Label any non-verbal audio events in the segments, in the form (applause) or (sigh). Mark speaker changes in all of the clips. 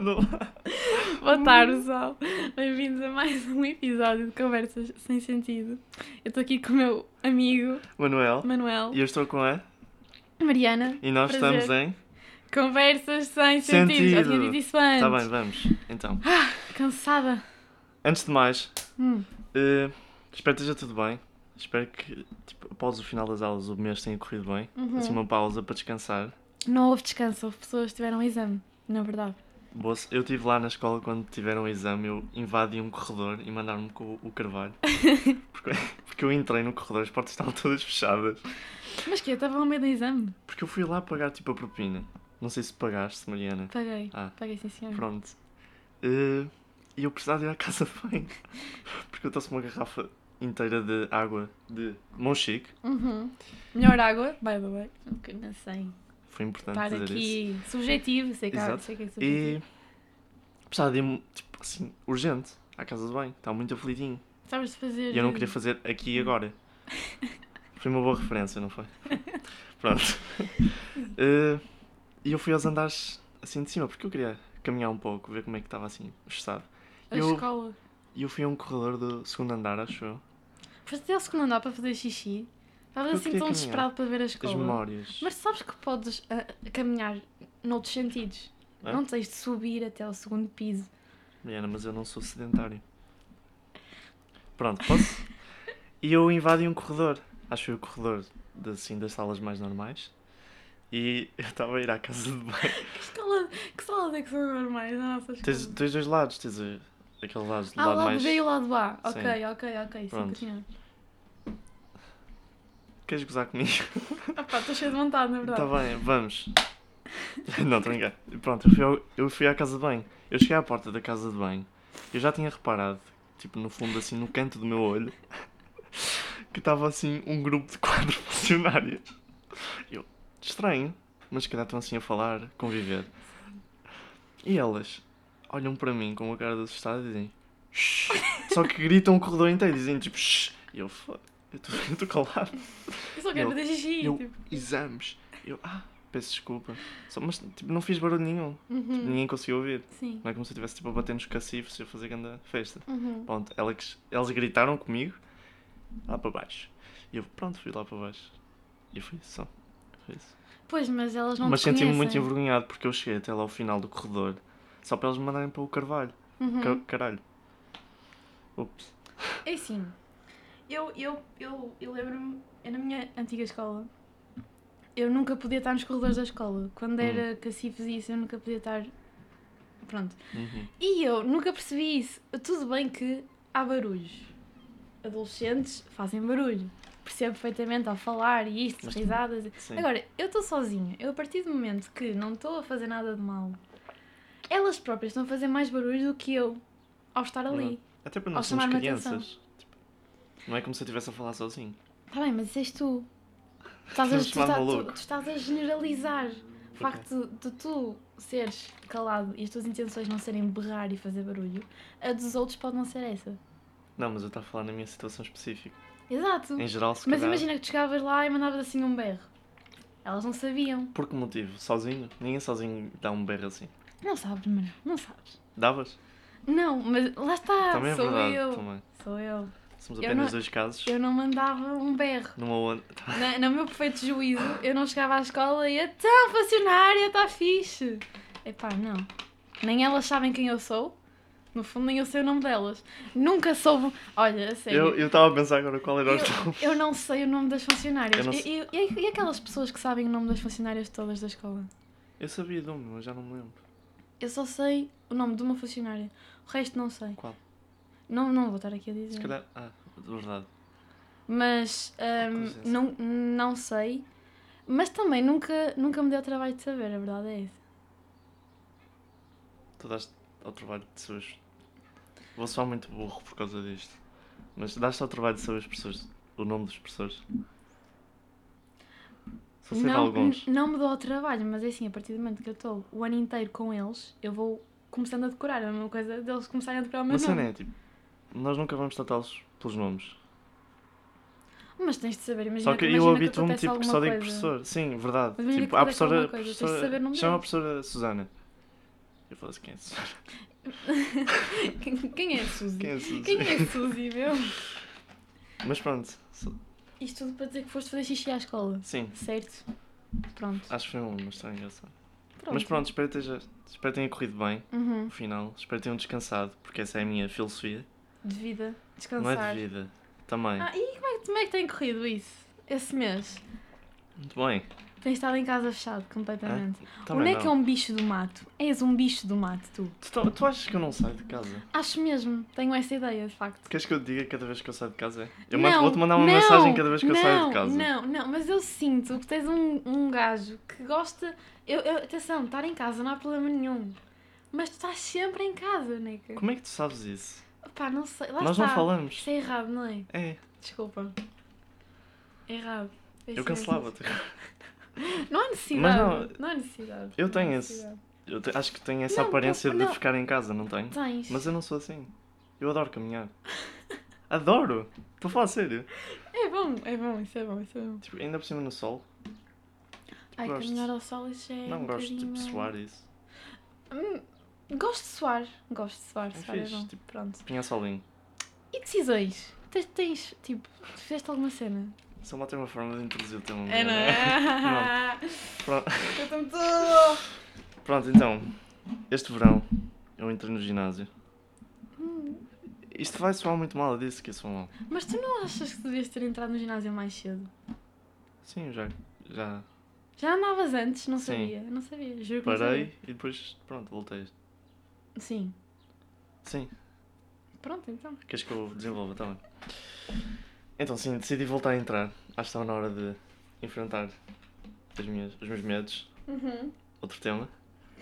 Speaker 1: Não.
Speaker 2: Boa tarde, pessoal. Bem-vindos a mais um episódio de Conversas Sem Sentido. Eu estou aqui com o meu amigo
Speaker 1: Manuel.
Speaker 2: Manuel
Speaker 1: E eu estou com a.
Speaker 2: Mariana.
Speaker 1: E nós
Speaker 2: Prazer.
Speaker 1: estamos em.
Speaker 2: Conversas Sem Sentido. Já tinha
Speaker 1: Sentido.
Speaker 2: dito isso antes.
Speaker 1: Está Tá bem, vamos. Então,
Speaker 2: Cansada.
Speaker 1: antes de mais,
Speaker 2: Hum.
Speaker 1: eh, espero que esteja tudo bem. Espero que, tipo, após o final das aulas, o mês tenha corrido bem.
Speaker 2: Uhum.
Speaker 1: Assim, uma pausa para descansar.
Speaker 2: Não houve descanso, houve pessoas que tiveram exame. Na verdade.
Speaker 1: Bolsa, eu estive lá na escola quando tiveram o exame, eu invadi um corredor e mandaram-me com o
Speaker 2: (laughs)
Speaker 1: carvalho. Porque, porque eu entrei no corredor, as portas estavam todas fechadas.
Speaker 2: Mas que eu estava ao meio do exame.
Speaker 1: Porque eu fui lá pagar tipo a propina. Não sei se pagaste, Mariana.
Speaker 2: Paguei.
Speaker 1: Ah.
Speaker 2: Paguei sim, senhor.
Speaker 1: Pronto. Eh, E eu precisava ir à casa de banho. (laughs) Porque eu trouxe uma garrafa inteira de água de Monchique.
Speaker 2: Uhum. Melhor água, by the way. Nunca- Não sei.
Speaker 1: Foi importante
Speaker 2: Estar
Speaker 1: dizer isso.
Speaker 2: aqui subjetivo, sei que, há-
Speaker 1: Exato.
Speaker 2: sei que é subjetivo.
Speaker 1: E precisava de ir, tipo assim, urgente à casa de banho. Estava muito aflitinho.
Speaker 2: Sabes de fazer.
Speaker 1: E eu não queria fazer aqui e
Speaker 2: Uhum. (laughs)
Speaker 1: agora. Foi uma boa referência, não foi? Pronto. Eh, E eu fui aos andares assim de cima, porque eu queria caminhar um pouco, ver como é que estava assim, o estado.
Speaker 2: a
Speaker 1: eu-
Speaker 2: escola.
Speaker 1: E eu fui a um corredor do segundo andar, acho eu.
Speaker 2: Foste até ao segundo andar para fazer xixi. Estavas
Speaker 1: Eu
Speaker 2: assim
Speaker 1: queria
Speaker 2: tão
Speaker 1: caminhar.
Speaker 2: desesperado para ver a escola.
Speaker 1: As memórias.
Speaker 2: Mas sabes que podes ah, caminhar noutros sentidos.
Speaker 1: É?
Speaker 2: Não tens de subir até ao segundo piso.
Speaker 1: Mariana, mas eu não sou sedentário. Pronto, posso? e eu invadi um corredor. Acho que o corredor de, assim, das salas mais normais. E eu estava a ir à casa de banho.
Speaker 2: Que escola, que sala é que são normais na nossa escola?
Speaker 1: tens, tens dois lados, tens a- aquele lado,
Speaker 2: Ah,
Speaker 1: lado
Speaker 2: o lado
Speaker 1: mais.
Speaker 2: B e o lado A.
Speaker 1: Sim.
Speaker 2: Ok, ok, ok. Sim,
Speaker 1: Pronto.
Speaker 2: continua.
Speaker 1: Queres gozar comigo?
Speaker 2: Ah pá, estou cheia de vontade, na verdade.
Speaker 1: Está Tá bem, vamos. (laughs) não, estou a brincar. Pronto, eu fui, ao- eu fui à casa de banho. Eu cheguei à porta da casa de banho. Eu já tinha reparado, tipo, no fundo, assim, no canto do meu olho, (laughs) que estava assim um grupo de quatro (laughs) funcionários. Eu, estranho, mas se calhar estão assim a falar, conviver. E elas olham para mim com uma cara de assustada e dizem "Shh". Só que gritam o corredor inteiro, dizem tipo Shh. E eu, "Fuck, eu estou- (laughs) eu estou calado
Speaker 2: Eu só quero
Speaker 1: eu-
Speaker 2: fazer xixi.
Speaker 1: eu-
Speaker 2: tipo.
Speaker 1: exames. Eu, ah, peço desculpa. Só- mas tipo, não fiz barulho nenhum.
Speaker 2: Uhum,
Speaker 1: Ninguém conseguiu ouvir.
Speaker 2: Sim.
Speaker 1: Não é como se eu estivesse tipo, a bater nos cacifos e a fazer grande festa.
Speaker 2: Uhum.
Speaker 1: Pronto, elas, elas gritaram comigo lá para baixo. E eu, pronto, fui lá para baixo. E foi isso. só. Foi isso.
Speaker 2: Pois, mas elas não
Speaker 1: mas
Speaker 2: te conhecem.
Speaker 1: senti-me muito envergonhado porque eu cheguei até lá ao final do corredor só para eles me mandarem para o carvalho.
Speaker 2: Uhum.
Speaker 1: Ca- caralho. Ups.
Speaker 2: É assim, eu, eu, eu, eu lembro-me, eu na minha antiga escola, eu nunca podia estar nos corredores da escola. Quando
Speaker 1: Hum.
Speaker 2: era cacifes e isso, eu nunca podia estar. Pronto.
Speaker 1: Uhum.
Speaker 2: E eu nunca percebi isso. Tudo bem que há barulhos. Adolescentes fazem barulho. Percebo perfeitamente ao falar e isto,
Speaker 1: Mas tu-
Speaker 2: risadas.
Speaker 1: Sim.
Speaker 2: Agora, eu estou sozinha. Eu, a partir do momento que não estou a fazer nada de mal, elas próprias estão a fazer mais barulho do que eu ao estar ali.
Speaker 1: Verdade. Até para
Speaker 2: ao
Speaker 1: nós somos
Speaker 2: chamar-me a atenção.
Speaker 1: crianças. Tipo, não é como se eu estivesse a falar sozinho.
Speaker 2: Tá bem, mas isso és tu. Estás a, tu,
Speaker 1: Estás a chamar
Speaker 2: tá- tu-
Speaker 1: maluco.
Speaker 2: tu estás a generalizar o
Speaker 1: Por
Speaker 2: facto de tu seres calado e as tuas intenções não serem berrar e fazer barulho, a dos outros pode não ser essa.
Speaker 1: Não, mas eu estava a falar na minha situação específica.
Speaker 2: Exato.
Speaker 1: Em geral, se
Speaker 2: Mas
Speaker 1: calhar...
Speaker 2: imagina que tu chegavas lá e mandavas assim um berro. Elas não sabiam.
Speaker 1: Por que motivo? Sozinho? Ninguém sozinho dá um berro assim.
Speaker 2: Não sabes, mano. Não sabes.
Speaker 1: Davas?
Speaker 2: Não, mas lá está.
Speaker 1: também é
Speaker 2: sou
Speaker 1: verdade.
Speaker 2: eu.
Speaker 1: Também.
Speaker 2: Sou eu.
Speaker 1: Somos
Speaker 2: Eu
Speaker 1: apenas
Speaker 2: não-
Speaker 1: dois casos.
Speaker 2: Eu não mandava um berro.
Speaker 1: Numa onda. (laughs)
Speaker 2: Na, no meu perfeito juízo, eu não chegava à escola e então, funcionária, está fixe. Epá, não. Nem elas sabem quem eu sou. No fundo, nem eu sei o nome delas. Nunca soube. Olha, a sério.
Speaker 1: Eu eu estava a pensar agora qual era o
Speaker 2: Eu-
Speaker 1: nome.
Speaker 2: eu não sei o nome das funcionárias.
Speaker 1: Eu não
Speaker 2: E, e, e- e aquelas pessoas que sabem o nome das funcionárias todas da escola?
Speaker 1: (laughs) Eu sabia de uma, mas já não me lembro.
Speaker 2: Eu só sei o nome de uma funcionária. O resto não sei.
Speaker 1: Qual?
Speaker 2: Não, não vou estar aqui a
Speaker 1: Se
Speaker 2: dizer.
Speaker 1: calhar. Ah, de verdade.
Speaker 2: Mas ahm,
Speaker 1: coisa assim.
Speaker 2: não, não sei. Mas também nunca, nunca me deu trabalho de saber, a verdade é essa.
Speaker 1: Tu daste ao trabalho de suas. Vou soar muito burro por causa disto. Mas daste ao trabalho de saber as pessoas. O nome dos professores. Só sei de
Speaker 2: Não,
Speaker 1: alguns.
Speaker 2: n- não me dou ao trabalho, mas é assim, a partir do momento que eu estou o ano inteiro com eles, eu vou começando a decorar. É a mesma coisa deles começarem a decorar o meu
Speaker 1: Mas cena
Speaker 2: nome.
Speaker 1: é tipo. Nós nunca vamos tratá-los pelos nomes.
Speaker 2: Mas tens de saber, imagina
Speaker 1: é Só que
Speaker 2: imagina
Speaker 1: eu habituo-me
Speaker 2: acontece
Speaker 1: tipo que
Speaker 2: alguma
Speaker 1: só digo
Speaker 2: coisa.
Speaker 1: professor. Sim, verdade.
Speaker 2: Mas imagina
Speaker 1: tipo,
Speaker 2: que
Speaker 1: há
Speaker 2: acontece alguma
Speaker 1: professora.
Speaker 2: coisa, tens de
Speaker 1: professora-
Speaker 2: saber o nome
Speaker 1: chama a
Speaker 2: dele.
Speaker 1: professora Susana. Eu falei assim, quem é esse?
Speaker 2: (laughs) Quem, quem é a Suzy?
Speaker 1: Quem é a Suzy?
Speaker 2: Quem é a Suzy, meu?
Speaker 1: Mas pronto, so-
Speaker 2: Isto tudo para dizer que foste fazer xixi à escola.
Speaker 1: sim,
Speaker 2: Certo? Pronto.
Speaker 1: acho que foi um, mas está engraçado.
Speaker 2: pronto.
Speaker 1: Mas pronto, espero que, esteja, espero que tenha corrido bem
Speaker 2: Uhum.
Speaker 1: no final. Espero que tenham descansado, porque essa é a minha filosofia.
Speaker 2: De vida.
Speaker 1: Não
Speaker 2: Descansar.
Speaker 1: é de vida. Também.
Speaker 2: Ah, e como é, que- como é que tem corrido isso? Esse mês?
Speaker 1: Muito bem. é?
Speaker 2: Tens estado em casa fechado completamente.
Speaker 1: Ah, Também
Speaker 2: Onde é que é
Speaker 1: não.
Speaker 2: um bicho do mato? És um bicho do mato, tu.
Speaker 1: Tu, ta- tu achas que eu não saio de casa?
Speaker 2: Acho mesmo, tenho essa ideia, de facto.
Speaker 1: Queres que eu te diga cada vez que eu saio de casa? Eu
Speaker 2: Não,
Speaker 1: mando- vou-te mandar uma
Speaker 2: não,
Speaker 1: mensagem cada vez que eu saio
Speaker 2: não,
Speaker 1: de casa.
Speaker 2: Não, não, mas eu sinto que tens um, um gajo que gosta. Eu, eu- atenção, estar em casa não há problema nenhum. Mas tu estás sempre em casa, Neca.
Speaker 1: Como é que tu sabes isso?
Speaker 2: Pá, não sei. Lá
Speaker 1: Nós
Speaker 2: está.
Speaker 1: não falamos.
Speaker 2: Isto é errado, não é?
Speaker 1: É,
Speaker 2: Desculpa. Errado. É isso
Speaker 1: eu
Speaker 2: mesmo.
Speaker 1: cancelava-te.
Speaker 2: Não há necessidade.
Speaker 1: Mas
Speaker 2: não... há necessidade.
Speaker 1: Eu
Speaker 2: Não há
Speaker 1: tenho
Speaker 2: necessidade.
Speaker 1: Eu te- acho que tenho essa
Speaker 2: Não,
Speaker 1: aparência
Speaker 2: pô,
Speaker 1: de
Speaker 2: não. Então.
Speaker 1: ficar em casa, não tenho?
Speaker 2: Tens.
Speaker 1: Mas eu não sou assim. Eu
Speaker 2: (laughs)
Speaker 1: adoro caminhar. Adoro! Estou a falar sério.
Speaker 2: É bom, é bom, isso é bom, isso é bom.
Speaker 1: Tipo, ainda por cima no sol.
Speaker 2: Ai,
Speaker 1: Gosto.
Speaker 2: caminhar ao sol isso é.
Speaker 1: não
Speaker 2: um
Speaker 1: gosto tipo, de
Speaker 2: bocadinho-
Speaker 1: suar isso.
Speaker 2: Hum, gosto de suar. Gosto de suar,
Speaker 1: É
Speaker 2: suar é
Speaker 1: fixe,
Speaker 2: bom.
Speaker 1: tipo-
Speaker 2: Pronto.
Speaker 1: Pinhar solinho.
Speaker 2: E decisões? Tens, tens tipo, fizeste alguma cena?
Speaker 1: Só é uma tem uma forma de introduzir o tema.
Speaker 2: É, não é?
Speaker 1: (laughs) Pronto.
Speaker 2: Eu estou muito...
Speaker 1: Pronto, então. Este verão eu entrei no ginásio.
Speaker 2: Hum,
Speaker 1: Isto vai soar muito mal, eu disse que ia soar mal.
Speaker 2: Mas tu não achas que devias ter entrado no ginásio mais cedo?
Speaker 1: Sim, eu já. Já
Speaker 2: Já andavas antes? Não
Speaker 1: Sim.
Speaker 2: sabia. Não sabia. Juro que não
Speaker 1: parei e depois, pronto, voltei.
Speaker 2: sabia. Sim.
Speaker 1: Sim,
Speaker 2: Pronto, então.
Speaker 1: queres que eu desenvolva também? Então, sim, decidi voltar a entrar. Acho que estava na hora de enfrentar as minhas, os meus medos.
Speaker 2: Uhum.
Speaker 1: Outro tema.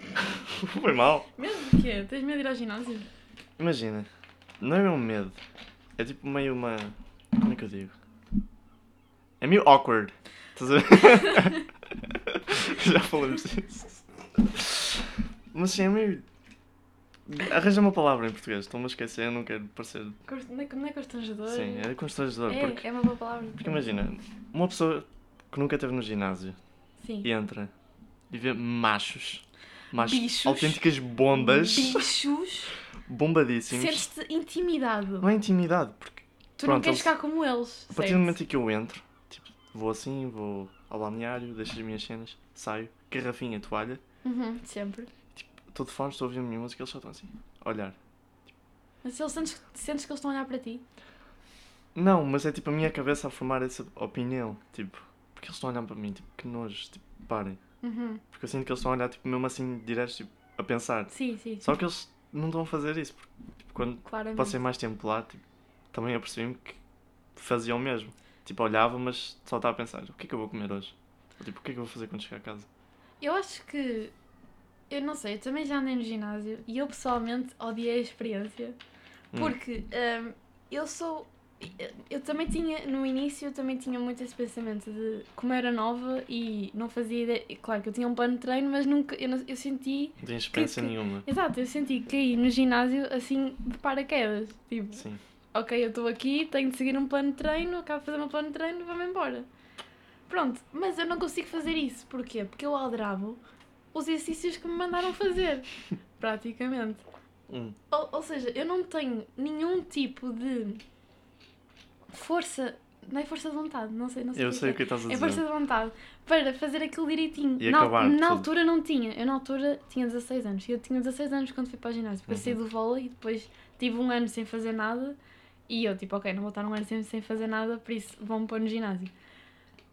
Speaker 1: (laughs) Foi mal.
Speaker 2: Mesmo que quê? Tens medo de ir ao ginásio?
Speaker 1: (laughs) Imagina, não é mesmo medo. É tipo meio uma. Como é que eu digo? É meio awkward. Estás a ver? (laughs) Já falamos disso. Mas sim, é meio. Arranja uma palavra em português, estou-me a esquecer, eu não quero parecer.
Speaker 2: Const- Não é, não é constrangedor?
Speaker 1: Sim, é constrangedor.
Speaker 2: É,
Speaker 1: Porque,
Speaker 2: é uma boa palavra.
Speaker 1: porque imagina, uma pessoa que nunca esteve no ginásio
Speaker 2: Sim.
Speaker 1: e entra e vê machos, machos
Speaker 2: Bichos.
Speaker 1: autênticas bombas,
Speaker 2: Bichos,
Speaker 1: bombadíssimos.
Speaker 2: sentes-te intimidado.
Speaker 1: Não é intimidade, porque.
Speaker 2: Tu não
Speaker 1: Pronto,
Speaker 2: queres
Speaker 1: eles-
Speaker 2: ficar como eles.
Speaker 1: A partir
Speaker 2: certo?
Speaker 1: do momento em que eu entro, tipo, vou assim, vou ao balneário, deixo as minhas cenas, saio, garrafinha, toalha,
Speaker 2: Uhum, sempre.
Speaker 1: estou de fone, estou a ouvir a minha música, eles só estão assim, a olhar.
Speaker 2: Mas eles sentes, sentes que eles estão a olhar para ti?
Speaker 1: Não, mas é tipo a minha cabeça a formar essa opinião, tipo, porque eles estão a olhar para mim, tipo, que nojo, tipo, parem.
Speaker 2: Uhum.
Speaker 1: Porque eu sinto que eles estão a olhar, tipo, mesmo assim, direto, tipo, a pensar.
Speaker 2: Sim, sim.
Speaker 1: Só que eles não estão a fazer isso, porque, tipo, quando
Speaker 2: Claramente.
Speaker 1: passei mais tempo lá, tipo, também apercebi-me que faziam o mesmo. Tipo, olhava, mas só estava a pensar, o que é que eu vou comer hoje? Ou, tipo, o que é que eu vou fazer quando chegar a casa?
Speaker 2: Eu acho que. Eu não sei, eu também já andei no ginásio e eu pessoalmente odiei a experiência.
Speaker 1: Hum.
Speaker 2: Porque hum, eu sou. Eu também tinha, no início, eu também tinha muito esse pensamento de como era nova e não fazia ideia. e Claro que eu tinha um plano de treino, mas nunca. Eu, não- eu senti.
Speaker 1: Não tenho experiência
Speaker 2: que-
Speaker 1: nenhuma.
Speaker 2: Exato, eu senti que caí no ginásio assim de paraquedas. Tipo,
Speaker 1: Sim.
Speaker 2: ok, eu estou aqui, tenho de seguir um plano de treino, acabo de fazer um plano de treino, vou-me embora. Pronto, mas eu não consigo fazer isso. Porquê? Porque eu aldravo os exercícios que me mandaram
Speaker 1: (laughs)
Speaker 2: fazer, praticamente.
Speaker 1: Hum.
Speaker 2: Ou, ou seja, eu não tenho nenhum tipo de força, não é força de vontade, não sei, não sei.
Speaker 1: Eu
Speaker 2: o que é
Speaker 1: sei o
Speaker 2: que
Speaker 1: que estás a
Speaker 2: é. É
Speaker 1: dizer.
Speaker 2: força de vontade para fazer aquilo direitinho.
Speaker 1: E
Speaker 2: na al-
Speaker 1: acabar
Speaker 2: na
Speaker 1: tudo.
Speaker 2: altura não tinha. Eu na altura tinha 16 anos. Eu tinha 16 anos quando fui para o ginásio. Passei do vôlei e depois tive um ano sem fazer nada. E eu, tipo, ok, não vou estar um ano sem, sem fazer nada, por isso vão-me pôr no ginásio.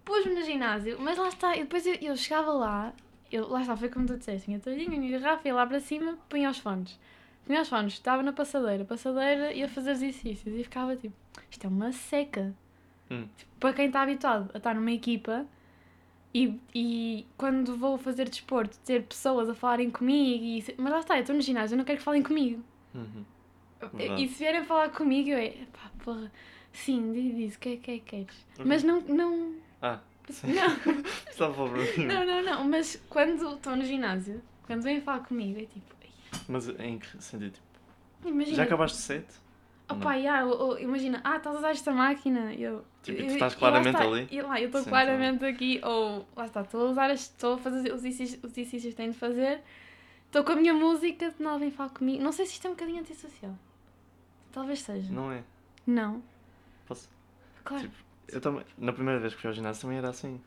Speaker 2: Pus-me no ginásio, mas lá está. E depois eu, eu chegava lá, eu, lá está, foi como tu disseste, tinha toalhinha, minha garrafa, ia lá para cima, punha os fones. Punha os fones, estava na passadeira, passadeira, ia fazer exercícios e ficava tipo, isto é uma seca.
Speaker 1: Hum.
Speaker 2: Tipo, para quem está habituado a estar numa equipa e, e quando vou fazer desporto, ter pessoas a falarem comigo e isso- Mas lá está, eu estou no ginásio, eu não quero que falem comigo.
Speaker 1: Uhum.
Speaker 2: Eu-
Speaker 1: Verdade.
Speaker 2: E se vierem falar comigo, eu é, pá, porra, sim, diz isso, o que é que é que queres?
Speaker 1: Uhum.
Speaker 2: Mas não, não,
Speaker 1: Ah, sim. (laughs)
Speaker 2: não,
Speaker 1: Estava a falar para mim.
Speaker 2: não, não, não, mas quando estou no ginásio, quando vêm falar comigo, é tipo, "Ai,
Speaker 1: Mas em que sentido? Tipo,
Speaker 2: imagina,
Speaker 1: já acabaste o set?
Speaker 2: opá, já, ou- ou imagina, ah, estás a usar esta máquina, e eu...
Speaker 1: Tipo, e
Speaker 2: eu-
Speaker 1: tu estás
Speaker 2: e lá
Speaker 1: claramente
Speaker 2: está,
Speaker 1: ali?
Speaker 2: E lá, eu estou
Speaker 1: Sim,
Speaker 2: claramente aqui, ou lá está, estou a usar, este- estou a fazer os exercícios, os exercícios que tenho de fazer, Estou com a minha música, de nada alguém fala comigo. Não sei se isto é um bocadinho antissocial. Talvez seja.
Speaker 1: Não é?
Speaker 2: Não.
Speaker 1: Posso?
Speaker 2: Claro.
Speaker 1: Tipo, Eu também, na primeira vez que fui ao ginásio também era assim.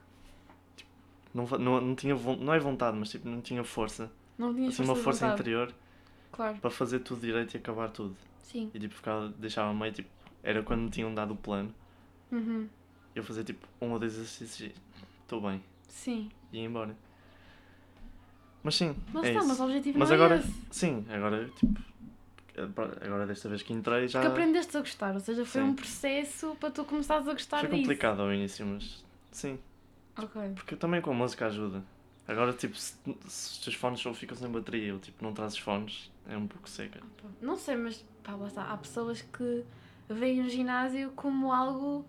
Speaker 1: Tipo, não, va- não, não tinha von- não é vontade, mas tipo, não tinha força.
Speaker 2: não tinhas
Speaker 1: assim, uma
Speaker 2: de
Speaker 1: força
Speaker 2: vontade.
Speaker 1: interior
Speaker 2: Claro.
Speaker 1: para fazer tudo direito e acabar tudo.
Speaker 2: Sim.
Speaker 1: E tipo, ficava, deixava meio tipo, era quando me tinham dado o plano.
Speaker 2: Uhum.
Speaker 1: Eu fazia tipo um ou dois exercícios e estou bem.
Speaker 2: Sim.
Speaker 1: E ia embora. Mas sim,
Speaker 2: Mas
Speaker 1: é
Speaker 2: tá,
Speaker 1: isso.
Speaker 2: mas o objetivo
Speaker 1: Mas
Speaker 2: não
Speaker 1: agora-
Speaker 2: é esse.
Speaker 1: Sim, agora tipo, agora desta vez que entrei já
Speaker 2: Porque aprendeste a gostar, ou seja, foi
Speaker 1: Sim.
Speaker 2: um processo para tu começares a gostar
Speaker 1: foi
Speaker 2: disso.
Speaker 1: complicado ao início, mas sim.
Speaker 2: Ok.
Speaker 1: Porque também com a música ajuda. Agora, tipo, se, se os teus fones só ficam sem bateria ou tipo, não trazes fones, é um pouco seca.
Speaker 2: Não sei, mas pá, lá está. Há pessoas que veem o ginásio como algo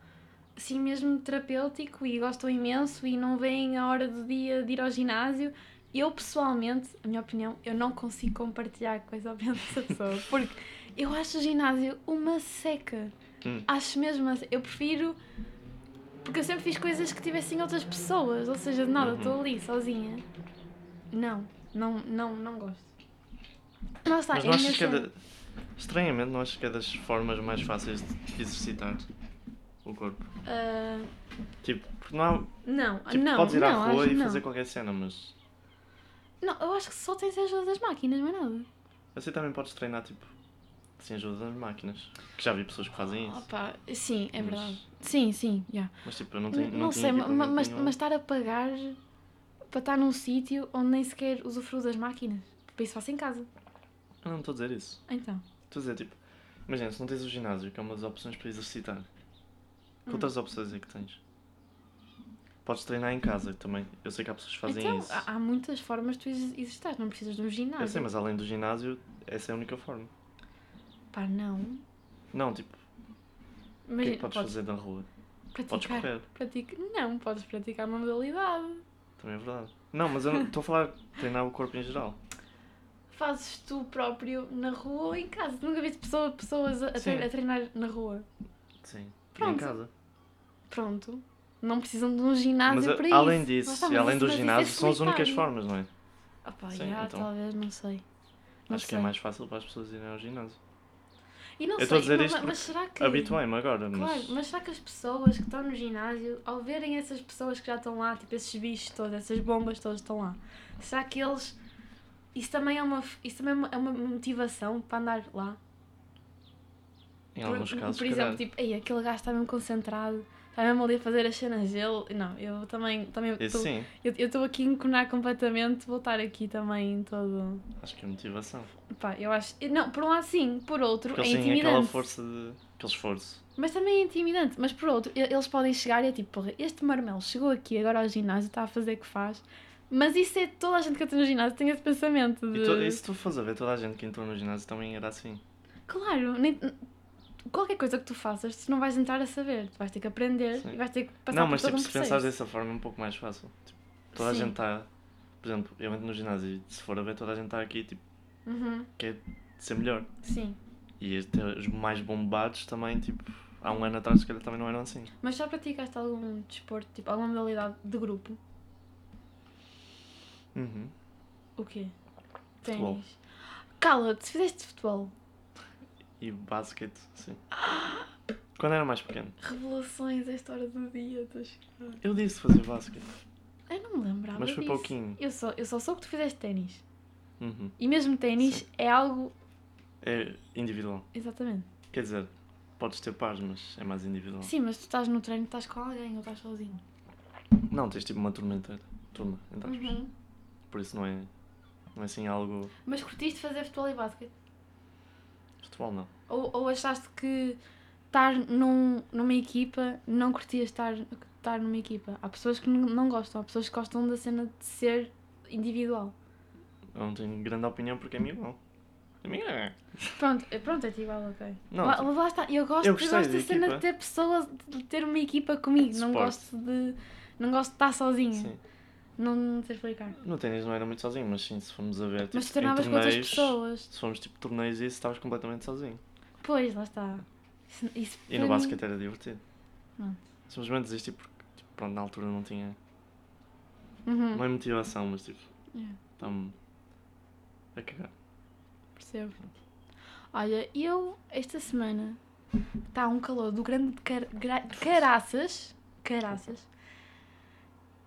Speaker 2: assim mesmo terapêutico e gostam imenso e não veem a hora do dia de ir ao ginásio. Eu pessoalmente, a minha opinião, eu não consigo compartilhar coisa ao menos essa
Speaker 1: (laughs)
Speaker 2: pessoa. Porque eu acho o ginásio uma seca.
Speaker 1: Hum.
Speaker 2: Acho mesmo assim. Eu prefiro. Porque eu sempre fiz coisas que tivessem outras pessoas, ou seja, de nada,
Speaker 1: Uhum.
Speaker 2: estou ali sozinha. Não, não, não, não gosto. Lá está,
Speaker 1: Mas
Speaker 2: é
Speaker 1: não
Speaker 2: a
Speaker 1: achas
Speaker 2: minha
Speaker 1: que é
Speaker 2: cena.
Speaker 1: da... Estranhamente, não achas que é das formas mais fáceis de exercitar o corpo?
Speaker 2: Ah,
Speaker 1: Tipo, porque não há...
Speaker 2: não,
Speaker 1: Tipo,
Speaker 2: não,
Speaker 1: podes ir
Speaker 2: não,
Speaker 1: à rua
Speaker 2: acho,
Speaker 1: e
Speaker 2: não.
Speaker 1: fazer qualquer cena, mas...
Speaker 2: Não, eu acho que só tens a ajuda das máquinas, não é nada.
Speaker 1: Assim também podes treinar, tipo, sem ajuda das máquinas. Que já vi pessoas que fazem isso.
Speaker 2: Opa, sim, é
Speaker 1: Mas-
Speaker 2: verdade. Sim, sim, já.
Speaker 1: Mas tipo, eu não
Speaker 2: N-
Speaker 1: tenho...
Speaker 2: Não,
Speaker 1: tinha um-
Speaker 2: sei, ma- ma-
Speaker 1: equipamento
Speaker 2: mas,
Speaker 1: nenhum.
Speaker 2: mas estar a pagar para estar num sítio onde nem sequer usufruo das máquinas. Para isso faço em casa.
Speaker 1: Eu não estou a dizer isso.
Speaker 2: Então.
Speaker 1: Estou a dizer, tipo... Imagina, se não tens o ginásio, que é uma das opções para exercitar, que
Speaker 2: Hum.
Speaker 1: outras opções é que tens? Podes treinar em casa também. Eu sei que há pessoas que fazem
Speaker 2: então,
Speaker 1: isso.
Speaker 2: há, há muitas formas de tu ex- exercitar, não precisas de um ginásio.
Speaker 1: Eu sei, mas além do ginásio, essa é a única forma.
Speaker 2: Pá, não.
Speaker 1: Não, tipo, o que é
Speaker 2: Imagina,
Speaker 1: que podes, fazer na rua? Podes
Speaker 2: praticar.
Speaker 1: correr,
Speaker 2: pratica- não, podes praticar uma modalidade.
Speaker 1: também é verdade. Não, mas eu não estou a falar de treinar o corpo em geral.
Speaker 2: fazes tu próprio na rua ou em casa. Tu nunca viste pessoa, pessoas a, a tre-
Speaker 1: Sim.
Speaker 2: a treinar na rua.
Speaker 1: Sim. Em
Speaker 2: Pronto.
Speaker 1: casa.
Speaker 2: Pronto. Não precisam de um ginásio
Speaker 1: Mas
Speaker 2: para
Speaker 1: a-
Speaker 2: isso.
Speaker 1: além
Speaker 2: Lá
Speaker 1: disso,
Speaker 2: está,
Speaker 1: e
Speaker 2: mas
Speaker 1: além
Speaker 2: isso-
Speaker 1: do
Speaker 2: mas isso é
Speaker 1: ginásio, são as únicas
Speaker 2: solitário.
Speaker 1: formas, não é?
Speaker 2: Opa,
Speaker 1: Sim,
Speaker 2: já,
Speaker 1: então.
Speaker 2: talvez, não sei. Não
Speaker 1: Acho que é
Speaker 2: sei.
Speaker 1: mais fácil para as pessoas irem ao ginásio.
Speaker 2: E não
Speaker 1: Eu estou
Speaker 2: sei,
Speaker 1: a dizer
Speaker 2: ma-
Speaker 1: isto
Speaker 2: ma- mas será que.
Speaker 1: Habituei-me agora, mas.
Speaker 2: Claro, mas será que as pessoas que estão no ginásio, ao verem essas pessoas que já estão lá, tipo esses bichos todos, essas bombas todas que estão lá, será que eles. Isso também é uma, isso também é uma- é uma motivação para andar lá?
Speaker 1: em
Speaker 2: Por-
Speaker 1: alguns casos,
Speaker 2: Por exemplo,
Speaker 1: calhar.
Speaker 2: tipo, Ei, aquele gajo está mesmo concentrado, está mesmo ali a fazer as cenas dele. Não, eu também. também
Speaker 1: Isso
Speaker 2: tô-
Speaker 1: sim,
Speaker 2: eu eu estou aqui a enconar completamente, vou estar aqui também todo.
Speaker 1: acho que é motivação.
Speaker 2: Pá, eu acho. Não, por um lado sim, por outro
Speaker 1: Porque
Speaker 2: é
Speaker 1: eles têm aquela
Speaker 2: intimidante.
Speaker 1: força de. aquele esforço.
Speaker 2: Mas também é intimidante. Mas por outro, e- eles podem chegar e é tipo, "Porra, este marmelo chegou aqui agora ao ginásio, está a fazer o que faz. Mas isso é toda a gente que entra no ginásio tem esse pensamento de.
Speaker 1: E, to... e se tu fores a ver, toda a gente que entrou no ginásio também era assim.
Speaker 2: Claro, nem- qualquer coisa que tu faças, tu não vais entrar a saber. Tu vais ter que aprender
Speaker 1: Sim.
Speaker 2: e vais ter que passar
Speaker 1: não,
Speaker 2: por
Speaker 1: mas
Speaker 2: todo
Speaker 1: tipo,
Speaker 2: um
Speaker 1: se pensares
Speaker 2: processo.
Speaker 1: dessa forma é um pouco mais fácil. Tipo, toda
Speaker 2: Sim.
Speaker 1: a gente está, por exemplo, eu entro no ginásio e se for a ver, toda a gente está aqui, tipo,
Speaker 2: Uhum,
Speaker 1: quer ser melhor.
Speaker 2: sim.
Speaker 1: E até os mais bombados também, tipo, há um ano atrás, se calhar também não eram assim.
Speaker 2: Mas já praticaste algum desporto, tipo alguma modalidade de grupo?
Speaker 1: Uhum.
Speaker 2: O quê?
Speaker 1: Futebol.
Speaker 2: Ténis. Cala-te, se fizeste futebol.
Speaker 1: E basquete,
Speaker 2: (gasps)
Speaker 1: sim. Quando era mais pequeno,
Speaker 2: Revelações a esta hora do dia, estou a chocar.
Speaker 1: eu disse fazer basquete,
Speaker 2: Eu não me lembrava.
Speaker 1: mas foi
Speaker 2: disso.
Speaker 1: pouquinho.
Speaker 2: Eu só, eu só soube que tu fizeste ténis.
Speaker 1: Uhum.
Speaker 2: E mesmo ténis é algo.
Speaker 1: É individual.
Speaker 2: Exatamente.
Speaker 1: Quer dizer, podes ter pares, mas é mais individual.
Speaker 2: Sim, mas tu estás no treino, estás com alguém ou estás sozinho.
Speaker 1: Não, tens tipo uma turma inteira. Turma, entre
Speaker 2: Uhum.
Speaker 1: aspas. Por isso não é, não é assim algo.
Speaker 2: Mas curtiste fazer futebol e basquete?
Speaker 1: Futebol não.
Speaker 2: Ou, ou achaste que estar num, numa equipa não curtias estar, estar numa equipa? Há pessoas que não, não gostam, há pessoas que gostam da cena de ser individual.
Speaker 1: Eu não tenho grande opinião porque é mim igual. É mim é.
Speaker 2: Pronto, é- pronto é-te igual, ok.
Speaker 1: Não,
Speaker 2: lá,
Speaker 1: tipo,
Speaker 2: lá está, eu gosto,
Speaker 1: eu
Speaker 2: eu
Speaker 1: gostei
Speaker 2: gosto da
Speaker 1: da
Speaker 2: cena
Speaker 1: equipa.
Speaker 2: de ter pessoas, de ter uma equipa comigo, não
Speaker 1: Suporte.
Speaker 2: gosto de. Não gosto de estar sozinha.
Speaker 1: sim.
Speaker 2: Não, não sei explicar.
Speaker 1: No ténis não era muito sozinho, mas sim, se formos a ver.
Speaker 2: Mas tu
Speaker 1: tipo, em
Speaker 2: treinavas com outras
Speaker 1: torneios,
Speaker 2: pessoas.
Speaker 1: Se formos tipo torneios e isso, estavas completamente sozinho.
Speaker 2: Pois, lá está. Isso, isso
Speaker 1: E
Speaker 2: para
Speaker 1: no
Speaker 2: mim-
Speaker 1: basquete era divertido.
Speaker 2: Não.
Speaker 1: Simplesmente desisti porque, tipo, pronto, na altura não tinha.
Speaker 2: Uhum.
Speaker 1: Não é motivação, mas tipo.
Speaker 2: Yeah.
Speaker 1: Tão... a cagar.
Speaker 2: Percebo. Olha, eu esta semana está um calor do grande de car gra- de caraças. Caraças.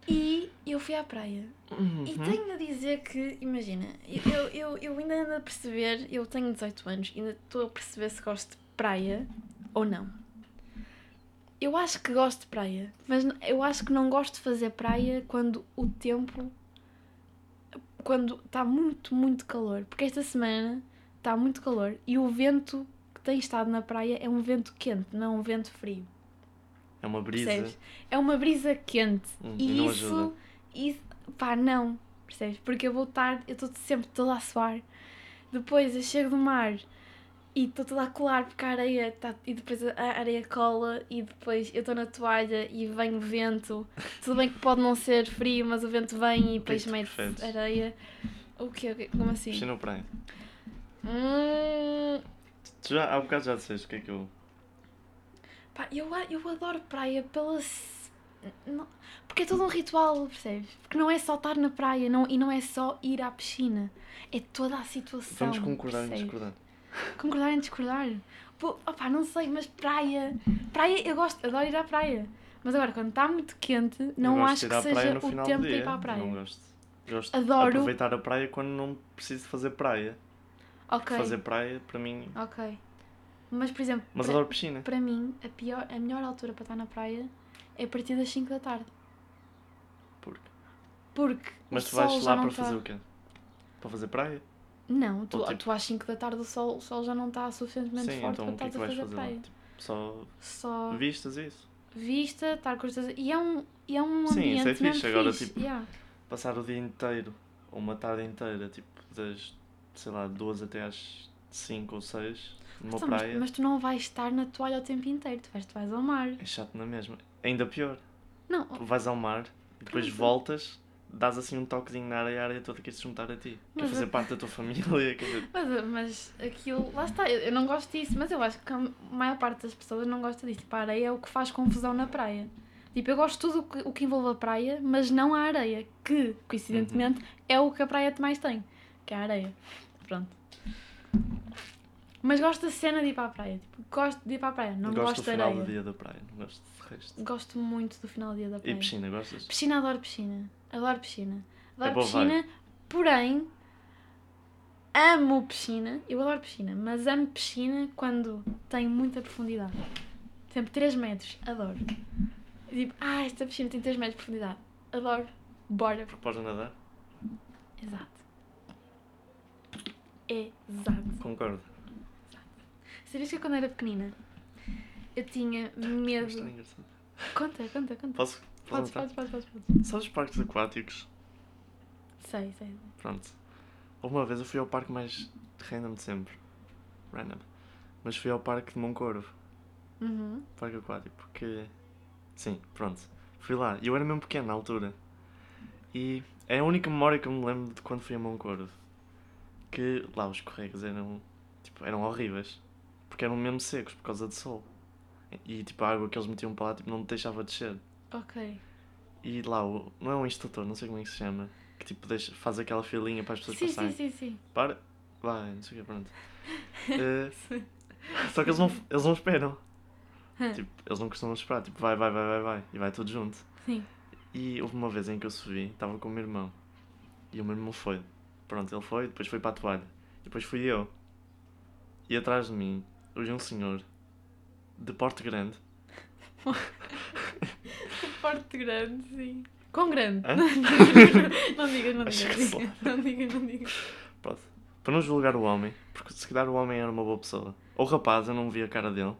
Speaker 2: E eu fui à praia. E
Speaker 1: Uhum.
Speaker 2: tenho a dizer que, imagina, eu, eu, eu, eu ainda ando a perceber, eu tenho 18 anos, ainda estou a perceber se gosto de praia ou não. Eu acho que gosto de praia, mas n- eu acho que não gosto de fazer praia quando o tempo. quando está muito, muito calor. Porque esta semana está muito calor e o vento que tem estado na praia é um vento quente, não um vento frio.
Speaker 1: É uma brisa.
Speaker 2: Percebes? É uma brisa quente.
Speaker 1: Hum, e
Speaker 2: e
Speaker 1: não
Speaker 2: isso,
Speaker 1: ajuda.
Speaker 2: isso. Pá, não. Percebes? Porque eu vou estar. Eu estou sempre toda a suar. Depois eu chego do mar e estou toda a colar porque a areia está. E depois a a areia cola e depois eu estou na toalha e vem o vento. Tudo bem que pode não ser frio, mas o vento vem e
Speaker 1: que é
Speaker 2: depois
Speaker 1: que tu
Speaker 2: mete
Speaker 1: preferes?
Speaker 2: areia. O quê? O quê? Como assim?
Speaker 1: Piscina ou praia?
Speaker 2: Hum,
Speaker 1: Tu já, há bocado já disseste o que é que eu.
Speaker 2: Pá, eu, a- eu adoro praia pela. s- não- porque é todo um ritual, percebes? Porque não é só estar na praia não, e não é só ir à piscina. É toda a situação.
Speaker 1: Vamos concordar em
Speaker 2: percebes?
Speaker 1: discordar.
Speaker 2: Concordar em discordar. Pô, opá, não sei, mas praia. Praia, eu gosto, adoro ir à praia. Mas agora, quando está muito quente,
Speaker 1: eu
Speaker 2: não
Speaker 1: gosto
Speaker 2: acho
Speaker 1: de ir
Speaker 2: que
Speaker 1: à praia
Speaker 2: seja
Speaker 1: no
Speaker 2: o
Speaker 1: final
Speaker 2: tempo
Speaker 1: do
Speaker 2: de
Speaker 1: dia.
Speaker 2: ir para a praia.
Speaker 1: Não gosto. Gosto
Speaker 2: Adoro.
Speaker 1: de aproveitar a praia quando não preciso fazer praia.
Speaker 2: ok,
Speaker 1: Fazer praia, para mim.
Speaker 2: ok. Mas, por exemplo,
Speaker 1: Mas
Speaker 2: para,
Speaker 1: adoro piscina.
Speaker 2: para mim, a, pior, a melhor altura para estar na praia é a partir das 5 da tarde.
Speaker 1: Porque...
Speaker 2: Porque
Speaker 1: Mas
Speaker 2: o
Speaker 1: tu vais
Speaker 2: sol já
Speaker 1: lá
Speaker 2: não tá
Speaker 1: para
Speaker 2: está-
Speaker 1: fazer o quê? Para fazer praia?
Speaker 2: Não, tu,
Speaker 1: Ou tipo-
Speaker 2: tu às 5 da tarde o sol, o sol já não está suficientemente
Speaker 1: Sim,
Speaker 2: forte
Speaker 1: então o que
Speaker 2: para
Speaker 1: é que
Speaker 2: estar a
Speaker 1: vais
Speaker 2: fazer,
Speaker 1: fazer
Speaker 2: praia.
Speaker 1: lá? Tipo, só
Speaker 2: Só
Speaker 1: vistas e isso?
Speaker 2: vista, estar com as tuas- E é um, e é um
Speaker 1: Sim,
Speaker 2: ambiente
Speaker 1: isso é fixe,
Speaker 2: mesmo
Speaker 1: agora,
Speaker 2: fixe,
Speaker 1: tipo,
Speaker 2: yeah.
Speaker 1: Passar o dia inteiro, ou uma tarde inteira, tipo, das, sei lá, duas até às cinco ou seis numa
Speaker 2: Então, mas,
Speaker 1: praia,
Speaker 2: mas tu não vais estar na toalha o tempo inteiro, tu vais, tu vais ao mar.
Speaker 1: é chato na mesma. Ainda pior,
Speaker 2: Não,
Speaker 1: tu vais ao mar, e depois
Speaker 2: Pronto.
Speaker 1: voltas, dás assim um toquezinho na área e a área toda quer se juntar a ti. Quer
Speaker 2: Mas
Speaker 1: fazer
Speaker 2: eu-
Speaker 1: parte da tua família, quer dizer,
Speaker 2: mas, mas aquilo, lá está, eu, eu não gosto disso, mas eu acho que a maior parte das pessoas não gosta disso. Tipo, a areia é o que faz confusão na praia. Tipo, eu gosto de tudo o que, o que envolve a praia, mas não a areia, que, coincidentemente,
Speaker 1: Uhum.
Speaker 2: é o que a praia mais tem, que é a areia. Pronto. Mas gosto da cena de ir para a praia. Tipo, gosto de ir para a praia, não
Speaker 1: gosto
Speaker 2: gosto,
Speaker 1: do
Speaker 2: da
Speaker 1: final
Speaker 2: areia.
Speaker 1: do dia da praia, não gosto de resto.
Speaker 2: Gosto muito do final do dia da
Speaker 1: E
Speaker 2: praia.
Speaker 1: piscina, gostas?
Speaker 2: Piscina, adoro piscina. Adoro piscina. Adoro
Speaker 1: boa
Speaker 2: piscina, porém, amo piscina. Eu adoro piscina, mas amo piscina quando tem muita profundidade. Sempre 3 metros, adoro. Tipo, ah, esta piscina tem 3 metros de profundidade. Adoro. Bora.
Speaker 1: Podes nadar?
Speaker 2: Exato. Exato.
Speaker 1: Concordo.
Speaker 2: Sabias que eu, quando era pequenina, eu tinha
Speaker 1: Mas tá
Speaker 2: medo.
Speaker 1: engraçado.
Speaker 2: Conta, conta, conta.
Speaker 1: Posso?
Speaker 2: Podes,
Speaker 1: posso contar?
Speaker 2: podes, podes, podes. podes.
Speaker 1: Sabes parques aquáticos?
Speaker 2: Sei, sei.
Speaker 1: Pronto. Houve Uma vez eu fui ao parque mais random de sempre. Random. Mas fui ao parque de Moncorvo.
Speaker 2: Uhum.
Speaker 1: Parque aquático. Porque... Sim, pronto. Fui lá. E eu era mesmo pequeno na altura. E é a única memória que eu me lembro de quando fui a Moncorvo. Que lá os corregas eram... Tipo, eram horríveis. Porque eram mesmo secos por causa do sol. E tipo, a água que eles metiam para lá tipo, não te deixava descer.
Speaker 2: Ok.
Speaker 1: E lá, o, não é um instrutor, não sei como é que se chama, que tipo deixa, faz aquela filinha para as pessoas
Speaker 2: Sim,
Speaker 1: passarem.
Speaker 2: sim, sim, sim.
Speaker 1: Para, vai, não sei o que, pronto. Eh, só que eles não, eles não esperam.
Speaker 2: Hã.
Speaker 1: (laughs) Tipo, eles não costumam esperar, tipo, vai, vai, vai, vai, vai, e vai tudo junto.
Speaker 2: (laughs) Sim.
Speaker 1: E houve uma vez em que eu subi, estava com o meu irmão. E o meu irmão foi. Pronto, ele foi, depois foi para a toalha. Depois fui eu. E atrás de mim, hoje um senhor, de porte grande,
Speaker 2: Parte grande, sim. Quão grande?
Speaker 1: Hã?
Speaker 2: Não digas, (laughs) não digas, não
Speaker 1: Acho que
Speaker 2: digas.
Speaker 1: sei lá.
Speaker 2: Não digas, não digas.
Speaker 1: Pronto. Para não julgar o homem, porque se calhar o homem era uma boa pessoa. Ou rapaz, eu não vi a cara dele.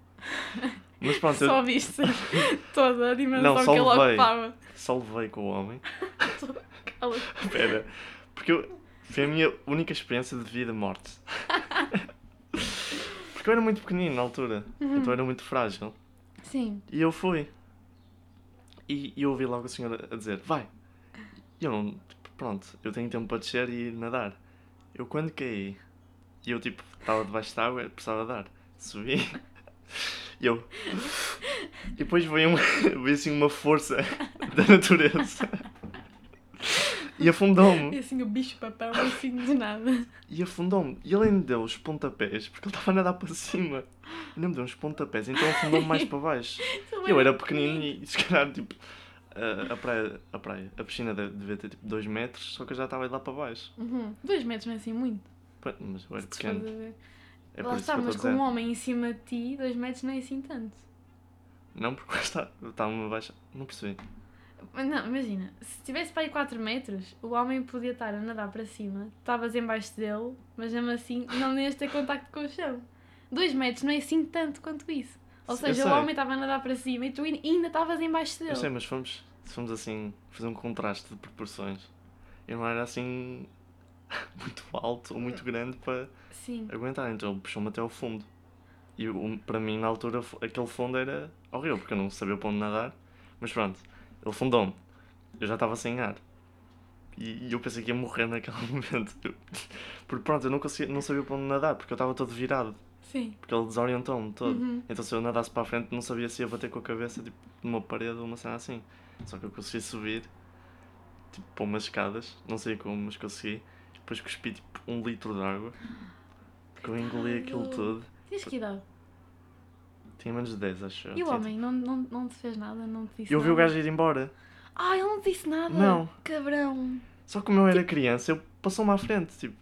Speaker 1: Mas pronto,
Speaker 2: Só
Speaker 1: eu (laughs)
Speaker 2: viste toda a dimensão
Speaker 1: Não, só
Speaker 2: que ele
Speaker 1: levei.
Speaker 2: ocupava.
Speaker 1: só levei com o homem.
Speaker 2: Ela-
Speaker 1: (laughs) Espera. Porque eu... foi a minha única experiência de vida-morte. Porque eu era muito pequenino na altura.
Speaker 2: Uhum.
Speaker 1: Então era muito frágil.
Speaker 2: Sim.
Speaker 1: E eu fui. E, e eu ouvi logo o senhor a dizer, vai. E eu não, tipo, pronto, eu tenho tempo para descer e nadar. Eu quando caí, e eu tipo, estava debaixo de água, precisava dar. Subi. (laughs) E eu... E (laughs) depois veio, um, veio assim uma força da natureza. E afundou-me.
Speaker 2: E assim o bicho papão, (laughs) assim de nada.
Speaker 1: E afundou-me. E ele ainda deu os pontapés, porque ele estava a nadar para cima. Ainda me deu uns pontapés, então afundou-me mais
Speaker 2: (laughs)
Speaker 1: para baixo.
Speaker 2: Então,
Speaker 1: Eu era pequenino e se calhar, tipo, a, a praia, a praia, a piscina deve- devia ter tipo 2 metros, só que eu já estava aí lá para baixo.
Speaker 2: Uhum. Dois metros não é assim muito.
Speaker 1: Pá, Mas eu era
Speaker 2: se tu fores
Speaker 1: pequeno.
Speaker 2: a ver.
Speaker 1: É por
Speaker 2: Lá
Speaker 1: isso que
Speaker 2: está,
Speaker 1: eu estou a
Speaker 2: mas com um
Speaker 1: dizer.
Speaker 2: homem em cima de ti, dois metros não é assim tanto. um
Speaker 1: Não, porque lá está, eu estava-me abaixo. Não percebi.
Speaker 2: Mas Não, imagina, se tivesse para aí 4 metros, o homem podia estar a nadar para cima, estavas embaixo dele, mas mesmo assim não ias ter contacto com o chão. 2 metros não é assim tanto quanto isso. Ou
Speaker 1: Eu
Speaker 2: seja,
Speaker 1: sei.
Speaker 2: o homem estava a nadar para cima e tu ainda- ainda estavas embaixo dele.
Speaker 1: Eu sei, mas fomos, se fomos assim, fazer um contraste de proporções. Eu não era assim (laughs) muito alto ou muito grande para
Speaker 2: Sim.
Speaker 1: aguentar, então ele puxou-me até ao fundo. E o- para mim, na altura, fo- aquele fundo era horrível, porque eu não sabia para onde nadar. Mas pronto, ele fundou-me. Eu já estava sem ar. E, e eu pensei que ia morrer naquele (laughs) momento. Eu- porque pronto, eu não, conseguia, não sabia para onde nadar, porque eu estava todo virado.
Speaker 2: Sim.
Speaker 1: Porque ele desorientou-me todo.
Speaker 2: Uhum.
Speaker 1: Então se eu nadasse para a frente, não sabia se ia bater com a cabeça tipo, numa parede ou uma cena assim. Só que eu consegui subir, tipo, para umas escadas. Não sei como, mas consegui. Depois cuspi tipo, um litro de água. Porque eu engoli aquilo
Speaker 2: Coitado.
Speaker 1: tudo.
Speaker 2: Tinhas que idade.
Speaker 1: Tinha menos de 10, acho eu.
Speaker 2: E o
Speaker 1: Tinha,
Speaker 2: homem não, não, não te fez nada, não te
Speaker 1: tipo-
Speaker 2: disse
Speaker 1: Eu vi o
Speaker 2: nada?
Speaker 1: gajo ir embora.
Speaker 2: Ah, ele não te disse nada?
Speaker 1: Não.
Speaker 2: Cabrão.
Speaker 1: Só que como eu era criança, eu passou-me à frente, tipo.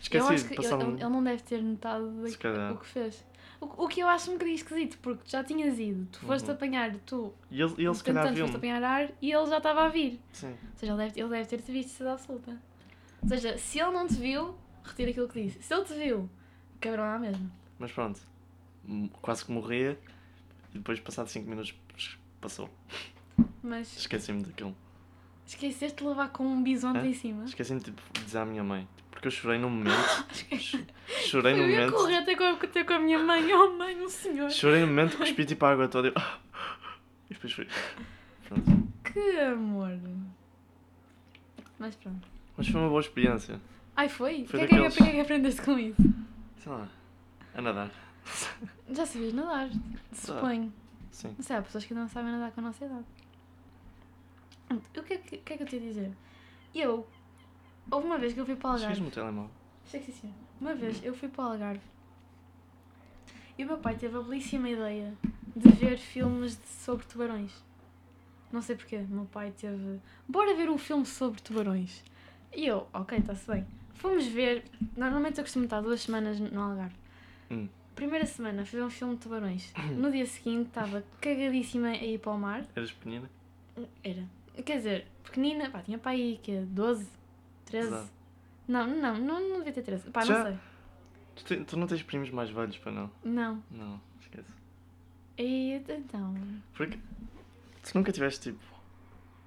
Speaker 2: Tipo- eu acho
Speaker 1: Esqueci,
Speaker 2: que
Speaker 1: passava
Speaker 2: ele, ele não deve ter notado
Speaker 1: Se
Speaker 2: aqu-
Speaker 1: calhar.
Speaker 2: o que fez. O, o que eu acho um bocadinho esquisito, porque tu já tinhas ido, tu foste
Speaker 1: Uhum.
Speaker 2: apanhar, tu
Speaker 1: E ele, e ele se calhar
Speaker 2: tentando foste
Speaker 1: viu-me.
Speaker 2: apanhar ar e ele já estava a vir.
Speaker 1: Sim.
Speaker 2: Ou seja, ele deve, ele deve ter te visto de absoluta. Ou seja, se ele não te viu, retira aquilo que disse. Se ele te viu, cabrão à mesma.
Speaker 1: Mas pronto. M- Quase que morria. E depois, passado 5 minutos, passou.
Speaker 2: Mas
Speaker 1: Esqueci-me daquilo.
Speaker 2: esqueceste de levar com um bisonte
Speaker 1: Hã?
Speaker 2: em cima.
Speaker 1: Esqueci-me tipo, de dizer à minha mãe. Porque eu chorei
Speaker 2: (laughs)
Speaker 1: no momento.
Speaker 2: Esqueci.
Speaker 1: Cho- chorei no
Speaker 2: Eu ia
Speaker 1: momento.
Speaker 2: correr até com, a- até com a minha mãe. Oh mãe, o senhor.
Speaker 1: Chorei no momento, cuspi tipo a água toda. eu- (laughs) E depois fui. Pronto.
Speaker 2: Que amor. Mas pronto.
Speaker 1: Mas foi uma boa experiência.
Speaker 2: Ai, foi? O que
Speaker 1: Foi
Speaker 2: é que, é
Speaker 1: daqueles-
Speaker 2: que, que é que aprendeste com isso?
Speaker 1: Sei lá. A nadar.
Speaker 2: Já sabias nadar,
Speaker 1: Ah.
Speaker 2: suponho.
Speaker 1: Sim.
Speaker 2: Não sei, há pessoas que não sabem nadar com a nossa idade. O que é que, o que, é que eu te ia dizer? Eu, houve uma vez que eu fui para o Algarve.
Speaker 1: Chegues-me o telemóvel.
Speaker 2: Sei que sim, senhora. Uma vez eu fui para o Algarve e o meu pai teve a belíssima ideia de ver filmes de- sobre tubarões. Não sei porquê, o meu pai teve. Bora ver um filme sobre tubarões. E eu, ok, está-se bem. Fomos ver. Normalmente eu costumo estar duas semanas no Algarve.
Speaker 1: Hum.
Speaker 2: Primeira semana fui ver um filme de tubarões. No dia seguinte estava cagadíssima a ir para o mar.
Speaker 1: Eras pequenina?
Speaker 2: Era. Quer dizer, pequenina, pá, tinha para aí que 12, 13.
Speaker 1: Exato.
Speaker 2: Não, não, não, não devia ter 13. Pá,
Speaker 1: Já-
Speaker 2: não sei.
Speaker 1: Tu, te- tu não tens primos mais velhos para não?
Speaker 2: Não.
Speaker 1: Não, esquece.
Speaker 2: E então.
Speaker 1: Porque tu nunca tiveste tipo.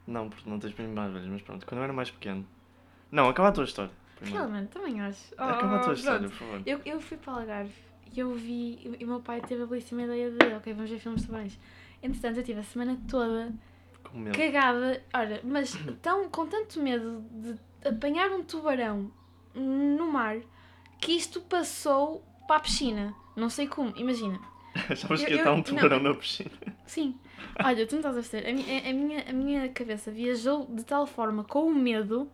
Speaker 1: Não, porque não tens primos mais velhos, mas pronto. Quando eu era mais pequeno. Não, acaba a tua história. primeiro.
Speaker 2: Realmente, também acho.
Speaker 1: Acaba a é tua
Speaker 2: Oh,
Speaker 1: história,
Speaker 2: pronto.
Speaker 1: por favor.
Speaker 2: Eu, eu fui para o Algarve e eu vi. E o meu pai teve a belíssima ideia de. Ok, vamos ver filmes de tubarões. Entretanto, eu tive a semana toda
Speaker 1: Com medo.
Speaker 2: cagada. Ora, mas tão, com tanto medo de apanhar um tubarão no mar que isto passou para a piscina. Não sei como, imagina.
Speaker 1: (laughs) Achavas que
Speaker 2: Eu-
Speaker 1: ia estar
Speaker 2: eu-
Speaker 1: um
Speaker 2: não.
Speaker 1: tubarão na piscina.
Speaker 2: Sim. Olha, tu não estás a perceber. A minha, a- a, minha, a minha cabeça viajou de tal forma com o medo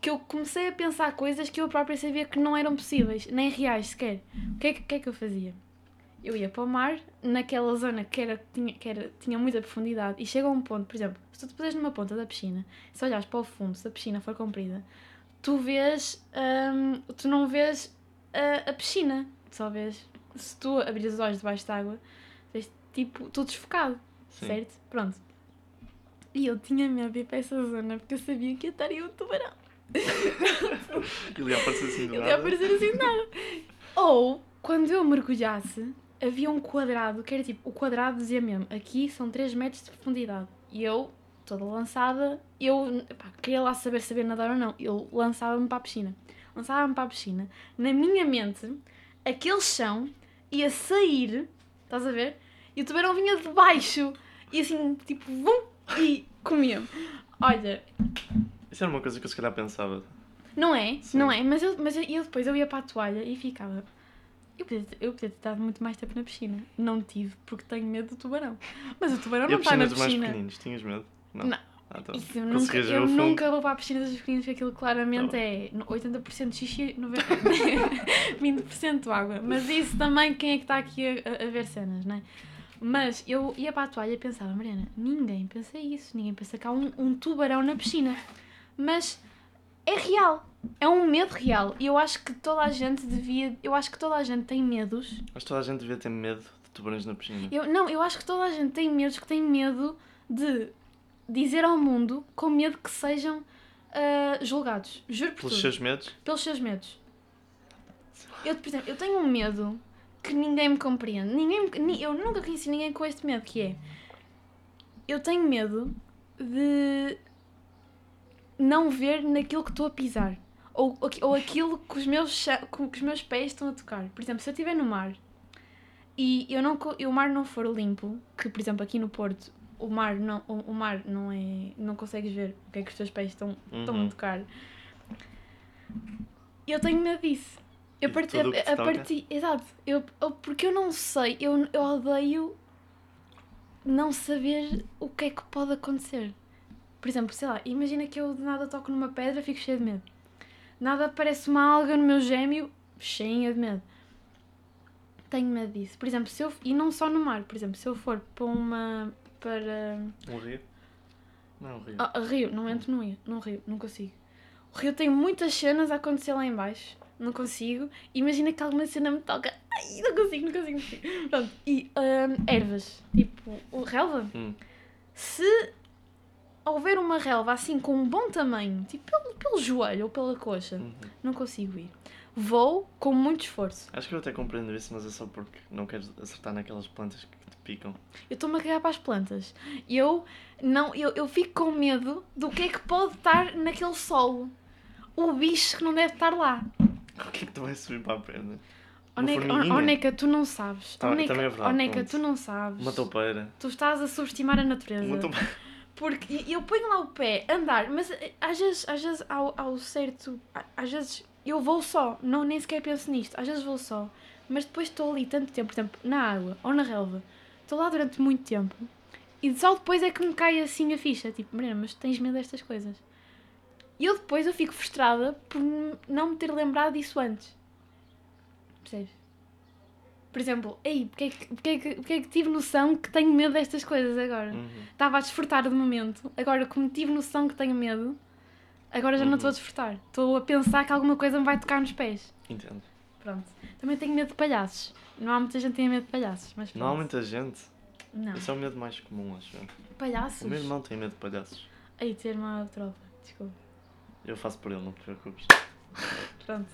Speaker 2: que eu comecei a pensar coisas que eu própria sabia que não eram possíveis, nem reais sequer. O que é que, o que, é que eu fazia? Eu ia para o mar, naquela zona que, era, tinha, que era, tinha muita profundidade, e chega a um ponto, por exemplo, se tu te puseres numa ponta da piscina, se olhares para o fundo, se a piscina for comprida, tu vês. hum, tu não vês a, a piscina. Só vês. Se tu abrires os olhos debaixo d'água, vês tipo, tudo desfocado,
Speaker 1: Sim.
Speaker 2: certo? Pronto. E eu tinha medo de ir para essa zona porque eu sabia que ia estar aí um tubarão.
Speaker 1: Ele ia aparecer assim do
Speaker 2: Ele ia
Speaker 1: nada.
Speaker 2: aparecer assim de nada. Ou, quando eu mergulhasse, havia um quadrado, que era tipo, o quadrado dizia mesmo, aqui são 3 metros de profundidade. E eu, toda lançada, eu pá, queria lá saber saber nadar ou não. Eu lançava-me para a piscina. Lançava-me para a piscina. Na minha mente, aquele chão ia sair, estás a ver? E o tubarão vinha de baixo. E assim, tipo, vum, e comia-me. Olha,
Speaker 1: Isso era uma coisa que eu se calhar pensava.
Speaker 2: não é?
Speaker 1: Sim.
Speaker 2: Não é? Mas, eu, mas eu, eu depois eu ia para a toalha e ficava. Eu podia, ter- eu podia ter estado muito mais tempo na piscina. Não tive, porque tenho medo do tubarão. Mas o tubarão
Speaker 1: e a
Speaker 2: não está
Speaker 1: piscina
Speaker 2: na
Speaker 1: dos mais
Speaker 2: piscina.
Speaker 1: pequeninos, tinhas medo?
Speaker 2: Não.
Speaker 1: Ah, então,
Speaker 2: Isso, eu
Speaker 1: conseguias
Speaker 2: nunca,
Speaker 1: ver
Speaker 2: eu
Speaker 1: o fundo.
Speaker 2: nunca vou para a piscina dos pequeninos, porque aquilo claramente
Speaker 1: Tá
Speaker 2: é no- 80% xixi, (laughs)
Speaker 1: (laughs)
Speaker 2: 90... 20% água. Mas isso também, quem é que está aqui a, a- a ver cenas, não é? Mas eu ia para a toalha e pensava, Mariana, ninguém pensa isso, ninguém pensa que há um, um tubarão na piscina. Mas é real, é um medo real. E eu acho que toda a gente devia, eu acho que toda a gente tem medos
Speaker 1: Mas toda a gente devia ter medo de tubarões na piscina.
Speaker 2: eu, não, eu acho que toda a gente tem medos que tem medo de dizer ao mundo com medo que sejam ah, julgados. Juro por
Speaker 1: Pelos
Speaker 2: tudo.
Speaker 1: seus medos?
Speaker 2: Pelos seus medos. Eu, por exemplo, eu tenho um medo que ninguém me compreende. Ninguém me- ni- eu nunca conheci ninguém com este medo, que é... Eu tenho medo de não ver naquilo que estou a pisar. Ou, ou aquilo que os, meus, cha- que os meus pés estão a tocar. Por exemplo, se eu estiver no mar e, eu não, co- e o mar não for limpo, que por exemplo aqui no Porto o mar não, o, o mar não é. não consegues ver o que é que os teus pés estão, estão
Speaker 1: Uhum.
Speaker 2: a tocar. Eu tenho medo disso. Eu
Speaker 1: E de
Speaker 2: parti,
Speaker 1: tudo o que te
Speaker 2: a, a
Speaker 1: toca?
Speaker 2: parti, exato, eu, eu- porque eu não sei, eu, eu odeio não saber o que é que pode acontecer. Por exemplo, sei lá, imagina que eu de nada toco numa pedra, fico cheia de medo. Nada aparece uma alga no meu gêmeo, cheinha de medo. Tenho medo disso. Por exemplo, se eu, e não só no mar, por exemplo, se eu for para uma. para.
Speaker 1: Um rio? Não, um rio.
Speaker 2: Ah, rio, não entro num rio, num rio, não consigo. O rio tem muitas cenas a acontecer lá em baixo, não consigo. Imagina que alguma cena me toca, ai, não consigo, não consigo. Não consigo. Pronto, e hum, ervas, tipo, o relva.
Speaker 1: Hum.
Speaker 2: Se houver uma relva assim com um bom tamanho, tipo pelo, pelo joelho ou pela coxa,
Speaker 1: Uhum.
Speaker 2: não consigo ir. Vou com muito esforço.
Speaker 1: Acho que eu até compreendo isso, mas é só porque não queres acertar naquelas plantas que te picam. (laughs)
Speaker 2: Eu estou-me a cagar para as plantas. Eu não, eu, eu fico com medo do que é que pode estar naquele solo. O bicho que não deve estar lá.
Speaker 1: O que é que tu vais subir para a perna? Uma
Speaker 2: Oneca,
Speaker 1: formiguinha?
Speaker 2: Oneca, tu não sabes.
Speaker 1: Tá,
Speaker 2: Oneca,
Speaker 1: também é verdade,
Speaker 2: Oneca,
Speaker 1: pronto.
Speaker 2: tu não sabes.
Speaker 1: Uma toupeira.
Speaker 2: Tu estás a subestimar a natureza.
Speaker 1: Uma toupeira.
Speaker 2: Porque e- eu ponho lá o pé, andar, mas eh, às vezes, às vezes ao, ao certo, a- às vezes eu vou só, não, nem sequer penso nisto, às vezes vou só, mas depois estou ali tanto tempo, por exemplo, na água ou na relva, estou lá durante muito tempo e só depois é que me cai assim a ficha, tipo, Mariana, mas tens medo destas coisas. E eu depois eu fico frustrada por n- não me ter lembrado disso antes. Percebes? Por exemplo, ei, porque é que, porque é que, porque é que tive noção que tenho medo destas coisas agora?
Speaker 1: Uhum.
Speaker 2: Estava a desfrutar do momento. Agora, como tive noção que tenho medo, agora já não
Speaker 1: Uhum.
Speaker 2: estou a desfrutar. Estou a pensar que alguma coisa me vai tocar nos pés.
Speaker 1: Entendo.
Speaker 2: Pronto. Também tenho medo de palhaços. Não há muita gente que tenha medo de palhaços, mas
Speaker 1: Não há
Speaker 2: pronto.
Speaker 1: muita gente.
Speaker 2: Não.
Speaker 1: Esse é o medo mais comum, acho eu.
Speaker 2: Palhaços?
Speaker 1: O meu irmão tem medo de palhaços.
Speaker 2: Aí, ter uma tropa. Desculpa.
Speaker 1: Eu faço por ele, não te preocupes.
Speaker 2: Pronto.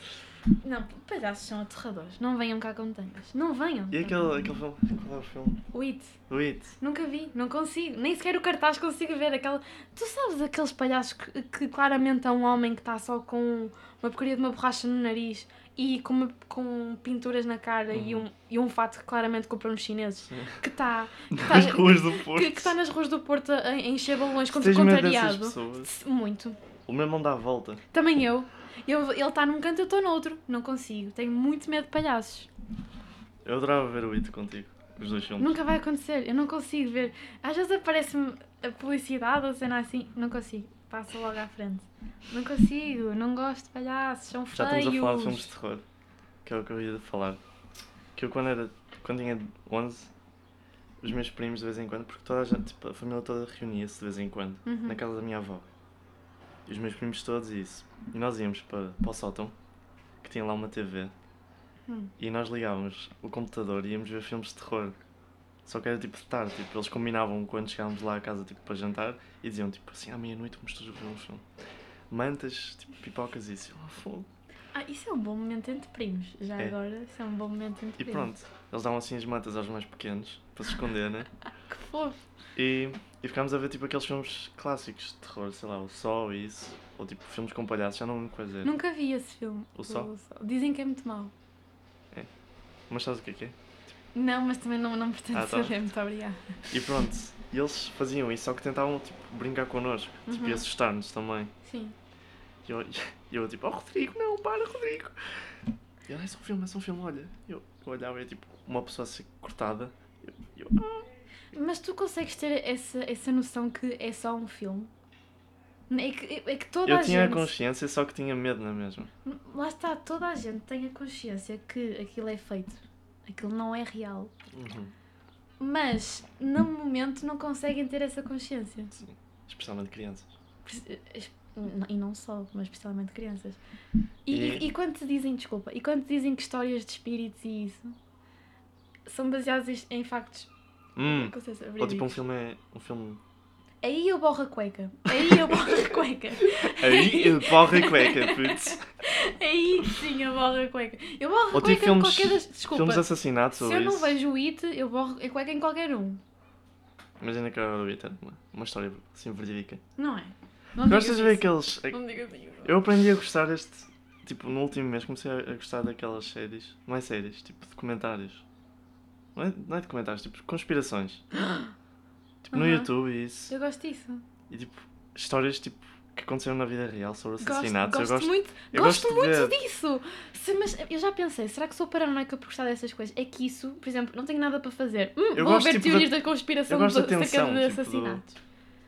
Speaker 2: Não, palhaços são aterradores. Não venham cá com tangas. Não venham.
Speaker 1: E aquele, aquele filme? Qual é o filme?
Speaker 2: O It.
Speaker 1: O It.
Speaker 2: Nunca vi. Não consigo. Nem sequer o cartaz consigo ver. Aquela... Tu sabes aqueles palhaços que, que claramente é um homem que está só com uma porcaria de uma borracha no nariz e com, uma- com pinturas na cara e,
Speaker 1: Uhum.
Speaker 2: um, e um fato que claramente comprou nos chineses que
Speaker 1: (laughs)
Speaker 2: está
Speaker 1: Nas ruas do Porto.
Speaker 2: Tá, que, que está nas ruas do Porto a, a encher balões contra o
Speaker 1: Tens medo dessas
Speaker 2: contrariado.
Speaker 1: pessoas?
Speaker 2: Muito.
Speaker 1: O meu irmão dá a volta.
Speaker 2: Também eu. eu ele está num canto, eu estou noutro. Não consigo. Tenho muito medo de palhaços.
Speaker 1: Eu adorava ver o It contigo. Os dois filmes.
Speaker 2: Nunca vai acontecer, eu não consigo ver. Às vezes aparece-me a publicidade ou cena assim, não consigo. Passa logo à frente. Não consigo, não gosto de palhaços, são
Speaker 1: Já
Speaker 2: feios.
Speaker 1: estamos a falar de filmes de terror. Que é o que eu ia falar. Que eu quando era. Quando tinha 11, os meus primos de vez em quando, porque toda a gente, tipo, a família toda reunia-se de vez em quando,
Speaker 2: Uhum.
Speaker 1: na casa da minha avó. E os meus primos todos e isso. E nós íamos para, para o sótão, que tinha lá uma TV,
Speaker 2: Hum.
Speaker 1: e nós ligávamos o computador e íamos ver filmes de terror. Só que era tipo de tarde, tipo, eles combinavam quando chegávamos lá à casa tipo, para jantar e diziam tipo assim, à meia-noite vamos todos ver um filme. Mantas, tipo, pipocas e isso. Eu, "Ah, fogo."
Speaker 2: Ah, isso é um bom momento entre primos. Já
Speaker 1: É.
Speaker 2: agora, isso é um bom momento entre
Speaker 1: E
Speaker 2: primos.
Speaker 1: pronto, eles davam assim as mantas aos mais pequenos para se
Speaker 2: (laughs)
Speaker 1: esconder, né?
Speaker 2: Que fofo.
Speaker 1: E, e ficámos a ver tipo aqueles filmes clássicos de terror, sei lá, o Sol e isso, ou tipo filmes com palhaços, já não lembro quais eram.
Speaker 2: Nunca vi esse filme.
Speaker 1: É. O Sol?
Speaker 2: Dizem que é muito mau.
Speaker 1: Mas sabes o que é que é?
Speaker 2: Não, mas também não, não pretendo
Speaker 1: Ah, tá.
Speaker 2: saber, muito obrigada.
Speaker 1: E pronto, e eles faziam isso, só que tentavam tipo brincar connosco, tipo, e
Speaker 2: Uhum.
Speaker 1: assustar-nos também.
Speaker 2: Sim.
Speaker 1: E eu, (laughs) e eu tipo, oh Rodrigo, não, para Rodrigo! E ele, é só um filme, é só um filme, olha. Eu, eu olhava e tipo, uma pessoa assim cortada. E Eu, e eu, "Ah."
Speaker 2: Mas tu consegues ter essa, essa noção que é só um filme? É que, é que toda
Speaker 1: Eu
Speaker 2: a
Speaker 1: tinha a
Speaker 2: gente.
Speaker 1: consciência, só que tinha medo é na mesma.
Speaker 2: Hum, Lá está, toda a gente tem a consciência que aquilo é feito. Aquilo não é real.
Speaker 1: Uhum.
Speaker 2: Mas, no momento, não conseguem ter essa consciência.
Speaker 1: Sim. Especialmente crianças.
Speaker 2: Pre- es- E não só, mas especialmente crianças. E,
Speaker 1: E-
Speaker 2: e... e quando te dizem, desculpa, e quando te dizem que histórias de espíritos e isso são baseadas em factos.
Speaker 1: Hum.
Speaker 2: com certeza,
Speaker 1: Ou tipo um
Speaker 2: verídicos.
Speaker 1: filme. é- Um filme...
Speaker 2: Aí eu borro a cueca. Aí eu borro a cueca.
Speaker 1: Aí eu borro a cueca, é, putz.
Speaker 2: (laughs) Aí que sim, eu borro a cueca. Eu borro
Speaker 1: Ou
Speaker 2: a
Speaker 1: tipo
Speaker 2: cueca em
Speaker 1: filmes,
Speaker 2: é qualquer das. Desculpa.
Speaker 1: filmes de assassinatos
Speaker 2: Se
Speaker 1: ou
Speaker 2: eu não
Speaker 1: isso.
Speaker 2: vejo o It, eu borro a cueca em qualquer um.
Speaker 1: Imagina que eu era uma, uma história assim verídica.
Speaker 2: Não é? Não
Speaker 1: Gostas de ver
Speaker 2: digas
Speaker 1: aqueles. é
Speaker 2: isso. Não digas isso.
Speaker 1: Eu aprendi a gostar deste. Tipo, no último mês comecei a a gostar daquelas séries. Não é séries, tipo documentários. Não é, não é documentários, tipo conspirações. Tipo no
Speaker 2: Aham.
Speaker 1: YouTube e isso.
Speaker 2: Eu gosto disso.
Speaker 1: E tipo, histórias tipo que aconteceram na vida real sobre
Speaker 2: Gosto,
Speaker 1: assassinatos.
Speaker 2: gosto,
Speaker 1: eu gosto.
Speaker 2: muito,
Speaker 1: eu
Speaker 2: gosto
Speaker 1: gosto de
Speaker 2: muito
Speaker 1: ver.
Speaker 2: disso. Se- mas eu já pensei, será que sou paranoica por gostar dessas coisas? É que isso, por exemplo, não tenho nada para fazer. Hum,
Speaker 1: Eu
Speaker 2: vou
Speaker 1: gosto,
Speaker 2: ver
Speaker 1: tipo,
Speaker 2: teorias
Speaker 1: da-
Speaker 2: da, conspiração
Speaker 1: eu gosto da
Speaker 2: do- acerca
Speaker 1: tensão,
Speaker 2: de
Speaker 1: tipo, do-
Speaker 2: assassinatos.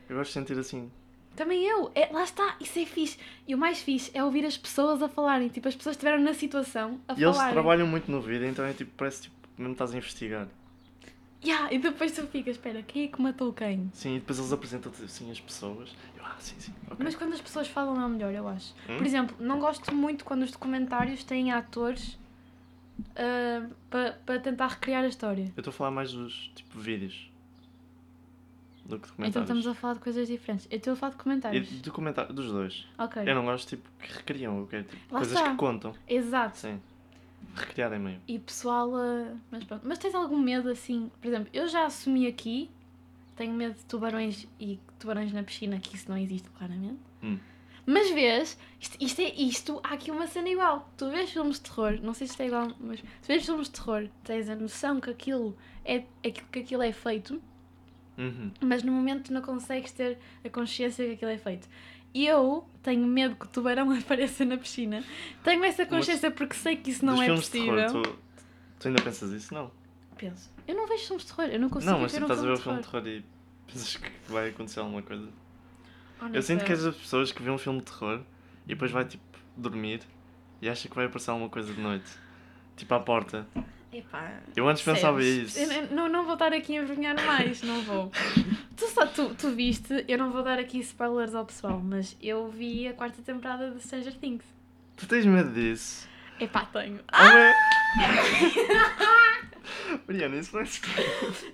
Speaker 1: Eu gosto de sentir assim.
Speaker 2: Também eu. É, lá está, isso é fixe. E o mais fixe é ouvir as pessoas a falarem. Tipo, as pessoas que estiveram na situação a
Speaker 1: E eles
Speaker 2: falarem.
Speaker 1: trabalham muito no vídeo, então é tipo, parece tipo, mesmo estás a investigar.
Speaker 2: Yeah, e depois tu ficas, espera, quem é que matou quem?
Speaker 1: Sim, e depois eles apresentam-te assim as pessoas. Eu, ah, sim, sim. ok.
Speaker 2: Mas quando as pessoas falam é o melhor, eu acho.
Speaker 1: Hum?
Speaker 2: Por exemplo, não gosto muito quando os documentários têm atores para tentar recriar a história.
Speaker 1: Eu estou a falar mais dos tipo vídeos. Do que
Speaker 2: Então
Speaker 1: documentários.
Speaker 2: estamos a falar de coisas diferentes. Eu estou a falar de
Speaker 1: E
Speaker 2: comentários.
Speaker 1: do comentário dos dois.
Speaker 2: Ok.
Speaker 1: Eu não gosto tipo que recriam, eu quero tipo,
Speaker 2: Lá
Speaker 1: coisas
Speaker 2: está.
Speaker 1: que contam.
Speaker 2: Exato.
Speaker 1: Sim. Recriar é meio.
Speaker 2: E pessoal. ah, Mas pronto. Mas tens algum medo assim? Por exemplo, eu já assumi aqui. Tenho medo de tubarões e tubarões na piscina, que isso não existe claramente.
Speaker 1: Hum.
Speaker 2: Mas vês, isto, isto é isto, há aqui uma cena igual. Tu vês filmes de terror, não sei se isto é igual, mas tu vês filmes de terror, tens a noção que aquilo é, aquilo- que aquilo é feito,
Speaker 1: Uhum.
Speaker 2: mas no momento não consegues ter a consciência que aquilo é feito. E eu tenho medo que o tubarão (laughs) apareça na piscina. Tenho essa consciência porque sei que isso não
Speaker 1: dos
Speaker 2: é
Speaker 1: filmes de
Speaker 2: possível.
Speaker 1: terror, tu, tu ainda pensas isso? Não.
Speaker 2: Penso. Eu não vejo filmes de terror, eu não consigo
Speaker 1: não, mas
Speaker 2: ver
Speaker 1: tipo,
Speaker 2: um
Speaker 1: estás a ver
Speaker 2: filme
Speaker 1: o
Speaker 2: de
Speaker 1: filme
Speaker 2: terror.
Speaker 1: de terror e (laughs) pensas que vai acontecer alguma coisa.
Speaker 2: Oh, não
Speaker 1: Eu sinto
Speaker 2: sei.
Speaker 1: que és das pessoas que vê um filme de terror e depois vai tipo dormir e acha que vai aparecer alguma coisa de noite. Tipo à porta.
Speaker 2: Epá,
Speaker 1: Eu antes pensava
Speaker 2: Percebes?
Speaker 1: isso.
Speaker 2: Eu não, não vou estar aqui a envergonhar mais, não
Speaker 1: (laughs)
Speaker 2: vou. tu, só, tu, tu viste, eu não vou dar aqui spoilers ao pessoal, mas eu vi a quarta temporada de Stranger Things.
Speaker 1: Tu tens medo disso?
Speaker 2: Epá, tenho.
Speaker 1: Ah! (laughs) Mariana, isso não é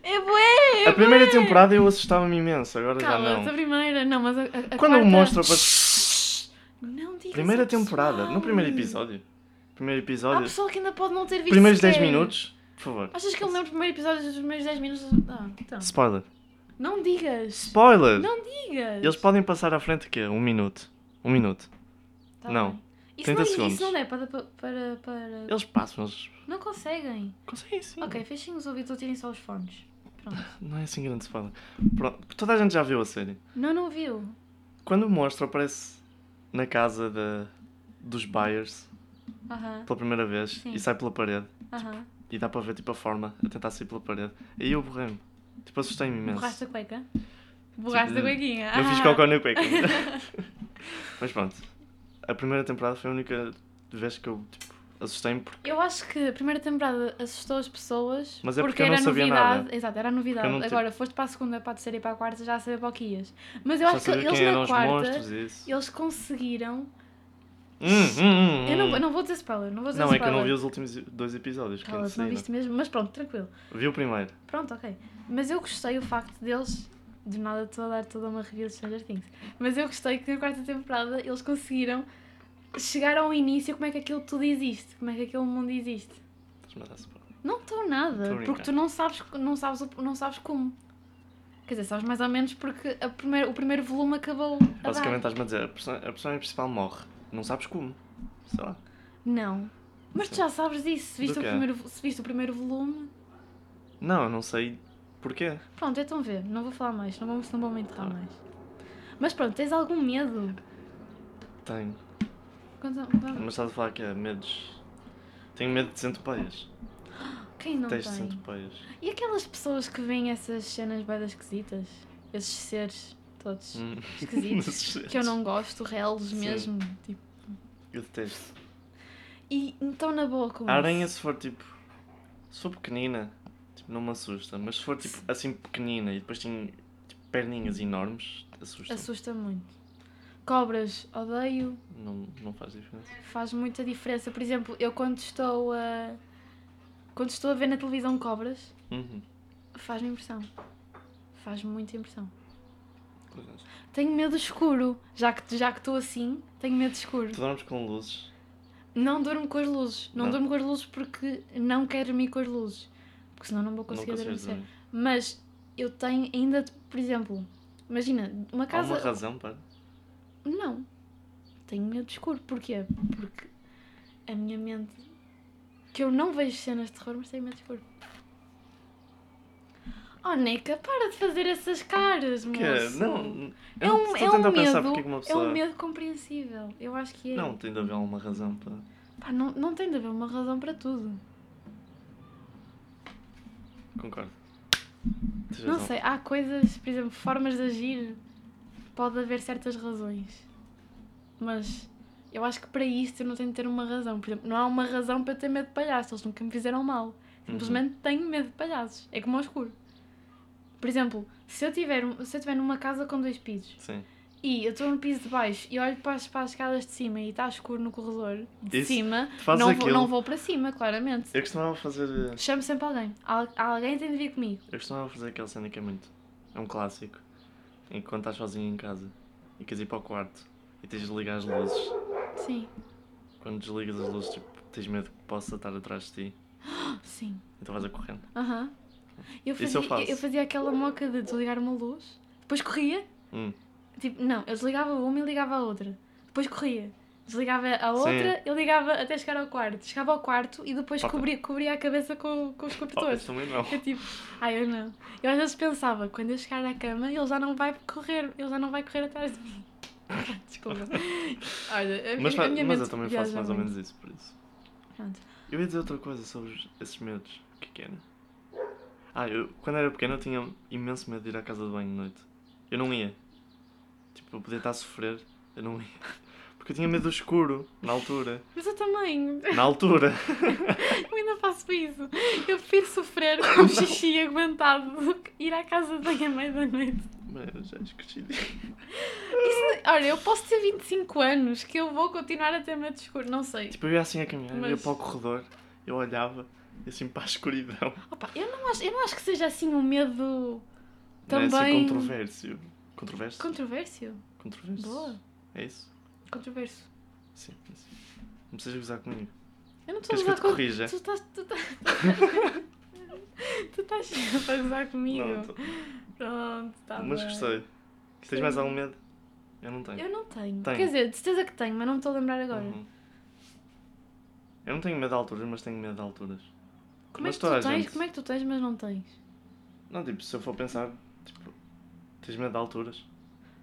Speaker 2: É bué! é
Speaker 1: A primeira
Speaker 2: bué!
Speaker 1: temporada eu assustava-me imenso, agora já
Speaker 2: Cala-te, a
Speaker 1: não.
Speaker 2: primeira, não, mas a, a, a
Speaker 1: Quando o
Speaker 2: quarta-
Speaker 1: monstro apa-
Speaker 2: Não digas
Speaker 1: Primeira
Speaker 2: ao pessoal.
Speaker 1: temporada, no primeiro episódio. Primeiro
Speaker 2: Há
Speaker 1: episódio.
Speaker 2: pessoal que ainda pode não ter visto
Speaker 1: Primeiros 10
Speaker 2: sequer.
Speaker 1: minutos, por favor.
Speaker 2: Achas que eu lembro do primeiro episódio dos primeiros 10 minutos? Ah, então.
Speaker 1: Spoiler.
Speaker 2: Não digas.
Speaker 1: Spoiler!
Speaker 2: Não digas.
Speaker 1: Eles podem passar à frente o quê? Um minuto. Um minuto.
Speaker 2: Tá
Speaker 1: não.
Speaker 2: bem. Isso
Speaker 1: 30
Speaker 2: não,
Speaker 1: segundos.
Speaker 2: Isso não é para... para, para...
Speaker 1: Eles passam, eles
Speaker 2: Não conseguem.
Speaker 1: conseguem sim.
Speaker 2: Ok, fechem os ouvidos ou tirem só os fones. Pronto.
Speaker 1: Não é assim grande spoiler. Pronto. Toda a gente já viu a série.
Speaker 2: Não, não viu.
Speaker 1: Quando o monstro aparece na casa da dos buyers
Speaker 2: Aham,
Speaker 1: pela primeira vez
Speaker 2: Sim.
Speaker 1: e sai pela parede
Speaker 2: aham.
Speaker 1: e dá para ver tipo a forma a tentar sair pela parede, aí eu borrei-me. Tipo, assustei-me imenso.
Speaker 2: Borraste a cueca? Borraste a
Speaker 1: Tipo,
Speaker 2: cuequinha.
Speaker 1: Eu fiz
Speaker 2: ah.
Speaker 1: cocó na cueca. (laughs) Mas pronto. A primeira temporada foi a única vez que eu tipo, assustei-me
Speaker 2: (laughs)
Speaker 1: porque
Speaker 2: Eu acho que a primeira temporada assustou as pessoas
Speaker 1: Mas é porque eu
Speaker 2: era
Speaker 1: não sabia
Speaker 2: novidade.
Speaker 1: nada.
Speaker 2: Exato, era a novidade.
Speaker 1: Eu não tive-
Speaker 2: Agora foste para a segunda, para a terceira e para a quarta, já sabia para o que ias. Mas eu
Speaker 1: já
Speaker 2: acho que
Speaker 1: sabia
Speaker 2: eles
Speaker 1: quem eram
Speaker 2: na
Speaker 1: os
Speaker 2: quarta,
Speaker 1: monstros e isso.
Speaker 2: eles conseguiram.
Speaker 1: Hum, hum, hum,
Speaker 2: Eu não,
Speaker 1: hum.
Speaker 2: eu não vou dizer spoiler, não vou dizer
Speaker 1: Não, é que eu
Speaker 2: spoiler.
Speaker 1: não vi os últimos dois episódios. que
Speaker 2: Cala-te, não
Speaker 1: saíram.
Speaker 2: viste mesmo, mas pronto, tranquilo.
Speaker 1: Vi o primeiro.
Speaker 2: Pronto, ok. Mas eu gostei o facto deles. Do nada estou a dar toda uma review de Stranger Things. Mas eu gostei que na quarta temporada eles conseguiram chegar ao início como é que aquilo tudo existe, como é que aquele mundo existe.
Speaker 1: Estás-me a dar spoiler.
Speaker 2: Não estou
Speaker 1: Tô a
Speaker 2: nada,
Speaker 1: brincar.
Speaker 2: porque tu não sabes, não, sabes, o- não sabes como. Quer dizer, sabes mais ou menos porque a primeira- o primeiro volume acabou. a dar.
Speaker 1: Basicamente estás-me a dizer, a perso- a personagem principal morre. Não sabes como. Sei lá.
Speaker 2: Não. Mas tu já sabes disso, se viste,
Speaker 1: Do
Speaker 2: o
Speaker 1: quê?
Speaker 2: primeiro, se viste o primeiro volume.
Speaker 1: Não, eu não sei porquê.
Speaker 2: Pronto, então vê, não vou falar mais, não vou, não vou me
Speaker 1: Ah.
Speaker 2: enterrar mais. Mas pronto, tens algum medo?
Speaker 1: Tenho.
Speaker 2: Conta-
Speaker 1: Mas estás a falar que é medos. Tenho medo de centopeias.
Speaker 2: Quem não
Speaker 1: Tens de
Speaker 2: tem?
Speaker 1: centopeias.
Speaker 2: E aquelas pessoas que veem essas cenas bem esquisitas? Esses seres? todos
Speaker 1: Hum. (laughs)
Speaker 2: esquisitos,
Speaker 1: Desses
Speaker 2: que eu não gosto, reles
Speaker 1: Sim.
Speaker 2: mesmo. Tipo.
Speaker 1: Eu detesto.
Speaker 2: E então na boa com
Speaker 1: A aranha,
Speaker 2: isso.
Speaker 1: se for tipo. Se for pequenina, tipo, não me assusta. Mas se for tipo assim pequenina e depois tem tipo, perninhas enormes, assusta.
Speaker 2: Assusta muito. Cobras, odeio,
Speaker 1: Não, não faz diferença.
Speaker 2: faz muita diferença. Por exemplo, eu quando estou a. Quando estou a ver na televisão cobras,
Speaker 1: Uhum.
Speaker 2: faz-me impressão. Faz muita impressão. Tenho medo escuro. Já que, já que estou assim, tenho medo escuro.
Speaker 1: Tu dormes com luzes.
Speaker 2: Não durmo com as luzes. Não,
Speaker 1: Não?
Speaker 2: durmo com as luzes porque não quero dormir com as luzes. Porque senão não vou conseguir
Speaker 1: não consegues
Speaker 2: adormecer.
Speaker 1: dormir.
Speaker 2: Mas eu tenho ainda, por exemplo, imagina, uma
Speaker 1: Há
Speaker 2: casa.
Speaker 1: uma razão para.
Speaker 2: Não. Tenho medo de escuro. Porquê? Porque a minha mente. Que eu não vejo cenas de terror, mas tenho medo de escuro. Oh, Neca, para de fazer essas caras, moço.
Speaker 1: Que é? Não.
Speaker 2: É um,
Speaker 1: estou
Speaker 2: é
Speaker 1: a
Speaker 2: um
Speaker 1: tentar pensar
Speaker 2: medo.
Speaker 1: porque é que uma
Speaker 2: É um
Speaker 1: pessoa.
Speaker 2: medo compreensível. Eu acho que é.
Speaker 1: Não, tem de haver alguma razão para.
Speaker 2: Pá, não, não tem de haver uma razão para tudo.
Speaker 1: Concordo. Tens
Speaker 2: Não
Speaker 1: razão.
Speaker 2: sei, há coisas, por exemplo, formas de agir. Pode haver certas razões. Mas eu acho que para isto eu não tenho de ter uma razão. Por exemplo, não há uma razão para eu ter medo de palhaços. Eles nunca me fizeram mal.
Speaker 1: Uhum.
Speaker 2: é Simplesmente tenho medo de palhaços. É como ao escuro. Por exemplo, se eu tiver, um- se eu tiver numa casa com dois pisos
Speaker 1: Sim.
Speaker 2: e eu estou no piso de baixo e olho para as, para as escadas de cima e está escuro no corredor de
Speaker 1: Isso,
Speaker 2: cima,
Speaker 1: tu fazes
Speaker 2: não vou,
Speaker 1: aquilo.
Speaker 2: não vou para cima, claramente.
Speaker 1: Eu costumava fazer. eh,
Speaker 2: Chamo sempre alguém. Al- alguém tem de vir comigo.
Speaker 1: Eu costumava fazer aquela cena que é muito. É um clássico. Enquanto estás sozinho em casa e queres ir para o quarto e tens de ligar as luzes.
Speaker 2: Sim.
Speaker 1: Quando desligas as luzes, tipo, tens medo que possa estar atrás de ti.
Speaker 2: Sim.
Speaker 1: Então vais a correndo.
Speaker 2: Aham. Eu,
Speaker 1: Isso
Speaker 2: fazia, eu,
Speaker 1: eu faço.
Speaker 2: eu fazia aquela moca de desligar uma luz, depois corria.
Speaker 1: Hum.
Speaker 2: Tipo, não, eu desligava uma e ligava a outra. Depois corria. Desligava a outra e ligava até chegar ao quarto. Chegava ao quarto e depois
Speaker 1: Ok.
Speaker 2: cobria, cobria a cabeça com, com os
Speaker 1: Oh, tá.
Speaker 2: cobertores.
Speaker 1: isso também não.
Speaker 2: Então Eu tipo, ai eu não. Eu às vezes pensava, quando eu chegar à cama, ele já não vai correr, ele já não vai correr atrás de mim. (laughs) Desculpa.
Speaker 1: (laughs)
Speaker 2: Olha, a,
Speaker 1: Mas,
Speaker 2: minha- a
Speaker 1: fa-
Speaker 2: minha
Speaker 1: mas
Speaker 2: mente
Speaker 1: eu também faço
Speaker 2: viaja
Speaker 1: mais ou
Speaker 2: muito.
Speaker 1: menos isso, por isso.
Speaker 2: Pronto.
Speaker 1: Eu ia dizer outra coisa sobre os- esses medos. O que é que era? Ah, eu, quando era pequeno eu tinha imenso medo de ir à casa de banho de noite. Eu não ia. Tipo, eu podia estar a sofrer, eu não ia. (laughs) Porque eu tinha medo do escuro, na altura.
Speaker 2: Mas eu também.
Speaker 1: Na altura! (laughs)
Speaker 2: Eu ainda faço isso. Eu prefiro sofrer com o xixi (laughs) aguentado do que ir à casa de banho à meia-noite.
Speaker 1: Mas eu já esqueci
Speaker 2: Isso, olha, eu posso ter 25 anos que eu vou continuar a ter medo de escuro, não sei.
Speaker 1: Tipo, eu ia assim a caminhar, eu ia
Speaker 2: Mas-
Speaker 1: para o corredor, eu olhava, e assim para
Speaker 2: (laughs)
Speaker 1: a escuridão.
Speaker 2: Opa, eu, não acho, eu não acho que seja assim um medo
Speaker 1: Não é
Speaker 2: Também-
Speaker 1: assim controvérsio. Controverso?
Speaker 2: controvérsio.
Speaker 1: Controverso.
Speaker 2: Boa.
Speaker 1: É isso?
Speaker 2: Controverso.
Speaker 1: Sim, é isso. Não precisas gozar comigo.
Speaker 2: Eu não estou a
Speaker 1: Queres que
Speaker 2: usar
Speaker 1: eu te
Speaker 2: contra.
Speaker 1: corrija?
Speaker 2: Tu estás. Tu estás. (laughs) tu estás sempre a usar (laughs) comigo.
Speaker 1: Não, tô-
Speaker 2: Pronto, tá
Speaker 1: mas
Speaker 2: bem.
Speaker 1: gostei. Tens mais algum medo? Eu não tenho.
Speaker 2: Eu não tenho.
Speaker 1: Tenho.
Speaker 2: Quer dizer, de certeza que tenho, mas não me estou a lembrar agora.
Speaker 1: Uhum. Eu não tenho medo de alturas, mas tenho medo de alturas.
Speaker 2: Como é
Speaker 1: Mas
Speaker 2: que
Speaker 1: toda
Speaker 2: tu
Speaker 1: a
Speaker 2: tens?
Speaker 1: gente.
Speaker 2: Como é que tu tens, mas não tens?
Speaker 1: Não, tipo, se eu for pensar, tipo, tens medo de alturas.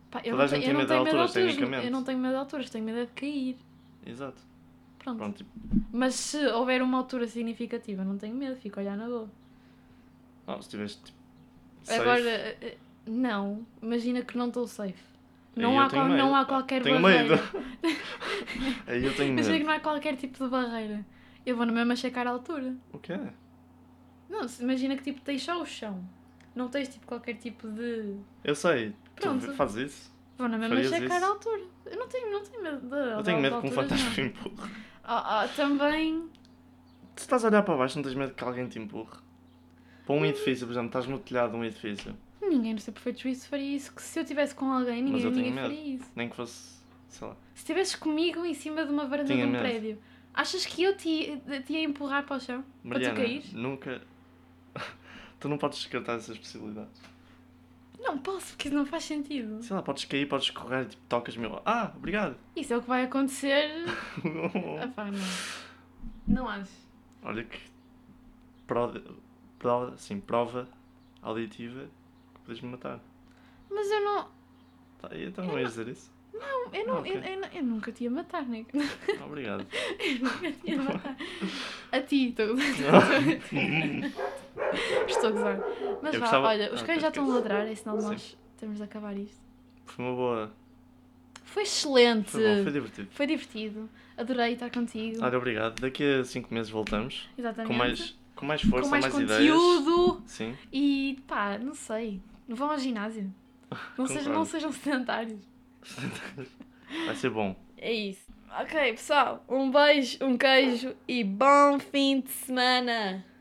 Speaker 2: Pá, eu
Speaker 1: Toda
Speaker 2: não,
Speaker 1: a gente
Speaker 2: te-
Speaker 1: tem
Speaker 2: eu não tenho medo
Speaker 1: medo de
Speaker 2: de
Speaker 1: alturas,
Speaker 2: alturas,
Speaker 1: tecnicamente.
Speaker 2: eu não tenho medo de alturas, tenho medo é de cair.
Speaker 1: Exato.
Speaker 2: Pronto.
Speaker 1: Pronto, tipo,
Speaker 2: Mas se houver uma altura significativa, não tenho medo, fico a olhar na boa.
Speaker 1: ah, se tiveste tipo.
Speaker 2: Agora,
Speaker 1: safe,
Speaker 2: eh, eh, não, imagina que não estou safe.
Speaker 1: aí
Speaker 2: Não
Speaker 1: eu
Speaker 2: há,
Speaker 1: tenho
Speaker 2: qual- não
Speaker 1: medo.
Speaker 2: há qualquer
Speaker 1: Tenho
Speaker 2: barreira.
Speaker 1: medo. (laughs) Aí eu tenho
Speaker 2: Imagina que
Speaker 1: medo.
Speaker 2: não há qualquer tipo de barreira. Eu vou na mesma checar a altura.
Speaker 1: O quê?
Speaker 2: Não, se- imagina que tipo tens só o chão. Não tens tipo qualquer tipo de.
Speaker 1: Eu sei.
Speaker 2: Pronto.
Speaker 1: Tu fazes isso?
Speaker 2: Vou na mesma
Speaker 1: Farias
Speaker 2: checar a
Speaker 1: isso?
Speaker 2: altura. Eu não tenho, não tenho medo de.
Speaker 1: Eu
Speaker 2: de-
Speaker 1: tenho
Speaker 2: de
Speaker 1: medo que um
Speaker 2: alturas, não.
Speaker 1: fantasma me empurre.
Speaker 2: Ah, ah, também.
Speaker 1: Tu estás a olhar para baixo, não tens medo que alguém te empurre? Para um edifício, por exemplo, estás no telhado de um edifício.
Speaker 2: Ninguém no seu perfeito juízo faria isso. Que se eu estivesse com alguém,
Speaker 1: Mas
Speaker 2: ninguém,
Speaker 1: eu tenho
Speaker 2: ninguém
Speaker 1: medo.
Speaker 2: faria isso.
Speaker 1: Nem que fosse, sei lá.
Speaker 2: Se estivesse comigo em cima de uma varanda
Speaker 1: Tinha
Speaker 2: de um
Speaker 1: medo.
Speaker 2: prédio, achas que eu te, te ia empurrar para o chão?
Speaker 1: Mariana,
Speaker 2: caíres?
Speaker 1: nunca. (laughs) tu não podes descartar essas possibilidades.
Speaker 2: Não posso, porque isso não faz sentido.
Speaker 1: Sei lá, podes cair, podes correr e tipo, tocas meu. Ah, obrigado! (laughs)
Speaker 2: Isso é o que vai acontecer. ah, pá, não. Não acho.
Speaker 1: Olha que. Prova, prova, sim, prova auditiva que podes me matar.
Speaker 2: Mas eu não.
Speaker 1: Tá, e então não ias dizer isso?
Speaker 2: não, Eu, não,
Speaker 1: Ok.
Speaker 2: eu, eu não- eu nunca te ia matar,
Speaker 1: (laughs)
Speaker 2: né? (laughs)
Speaker 1: Obrigado.
Speaker 2: Eu nunca te ia matar. A ti, estou.
Speaker 1: (laughs)
Speaker 2: estou a gozar. Mas
Speaker 1: Eu
Speaker 2: vá,
Speaker 1: gostava-
Speaker 2: olha, os
Speaker 1: Ah,
Speaker 2: cães já
Speaker 1: ok,
Speaker 2: estão a
Speaker 1: esquece.
Speaker 2: ladrar, é sinal de
Speaker 1: Ah, Sim.
Speaker 2: nós temos de acabar isto.
Speaker 1: Foi uma boa.
Speaker 2: Foi excelente.
Speaker 1: Foi bom, foi divertido.
Speaker 2: Foi divertido. Adorei estar contigo.
Speaker 1: Olha, obrigado. Daqui a 5 meses voltamos.
Speaker 2: Exatamente.
Speaker 1: Com mais, com mais força,
Speaker 2: Com mais,
Speaker 1: ideias.
Speaker 2: conteúdo.
Speaker 1: Sim.
Speaker 2: E pá, não sei. Vão ao ginásio.
Speaker 1: (laughs)
Speaker 2: Não, sejam, não
Speaker 1: Concordo.
Speaker 2: sejam sedentários.
Speaker 1: Vai ser bom.
Speaker 2: É isso. Ok, pessoal. Um beijo, um queijo e bom fim de semana.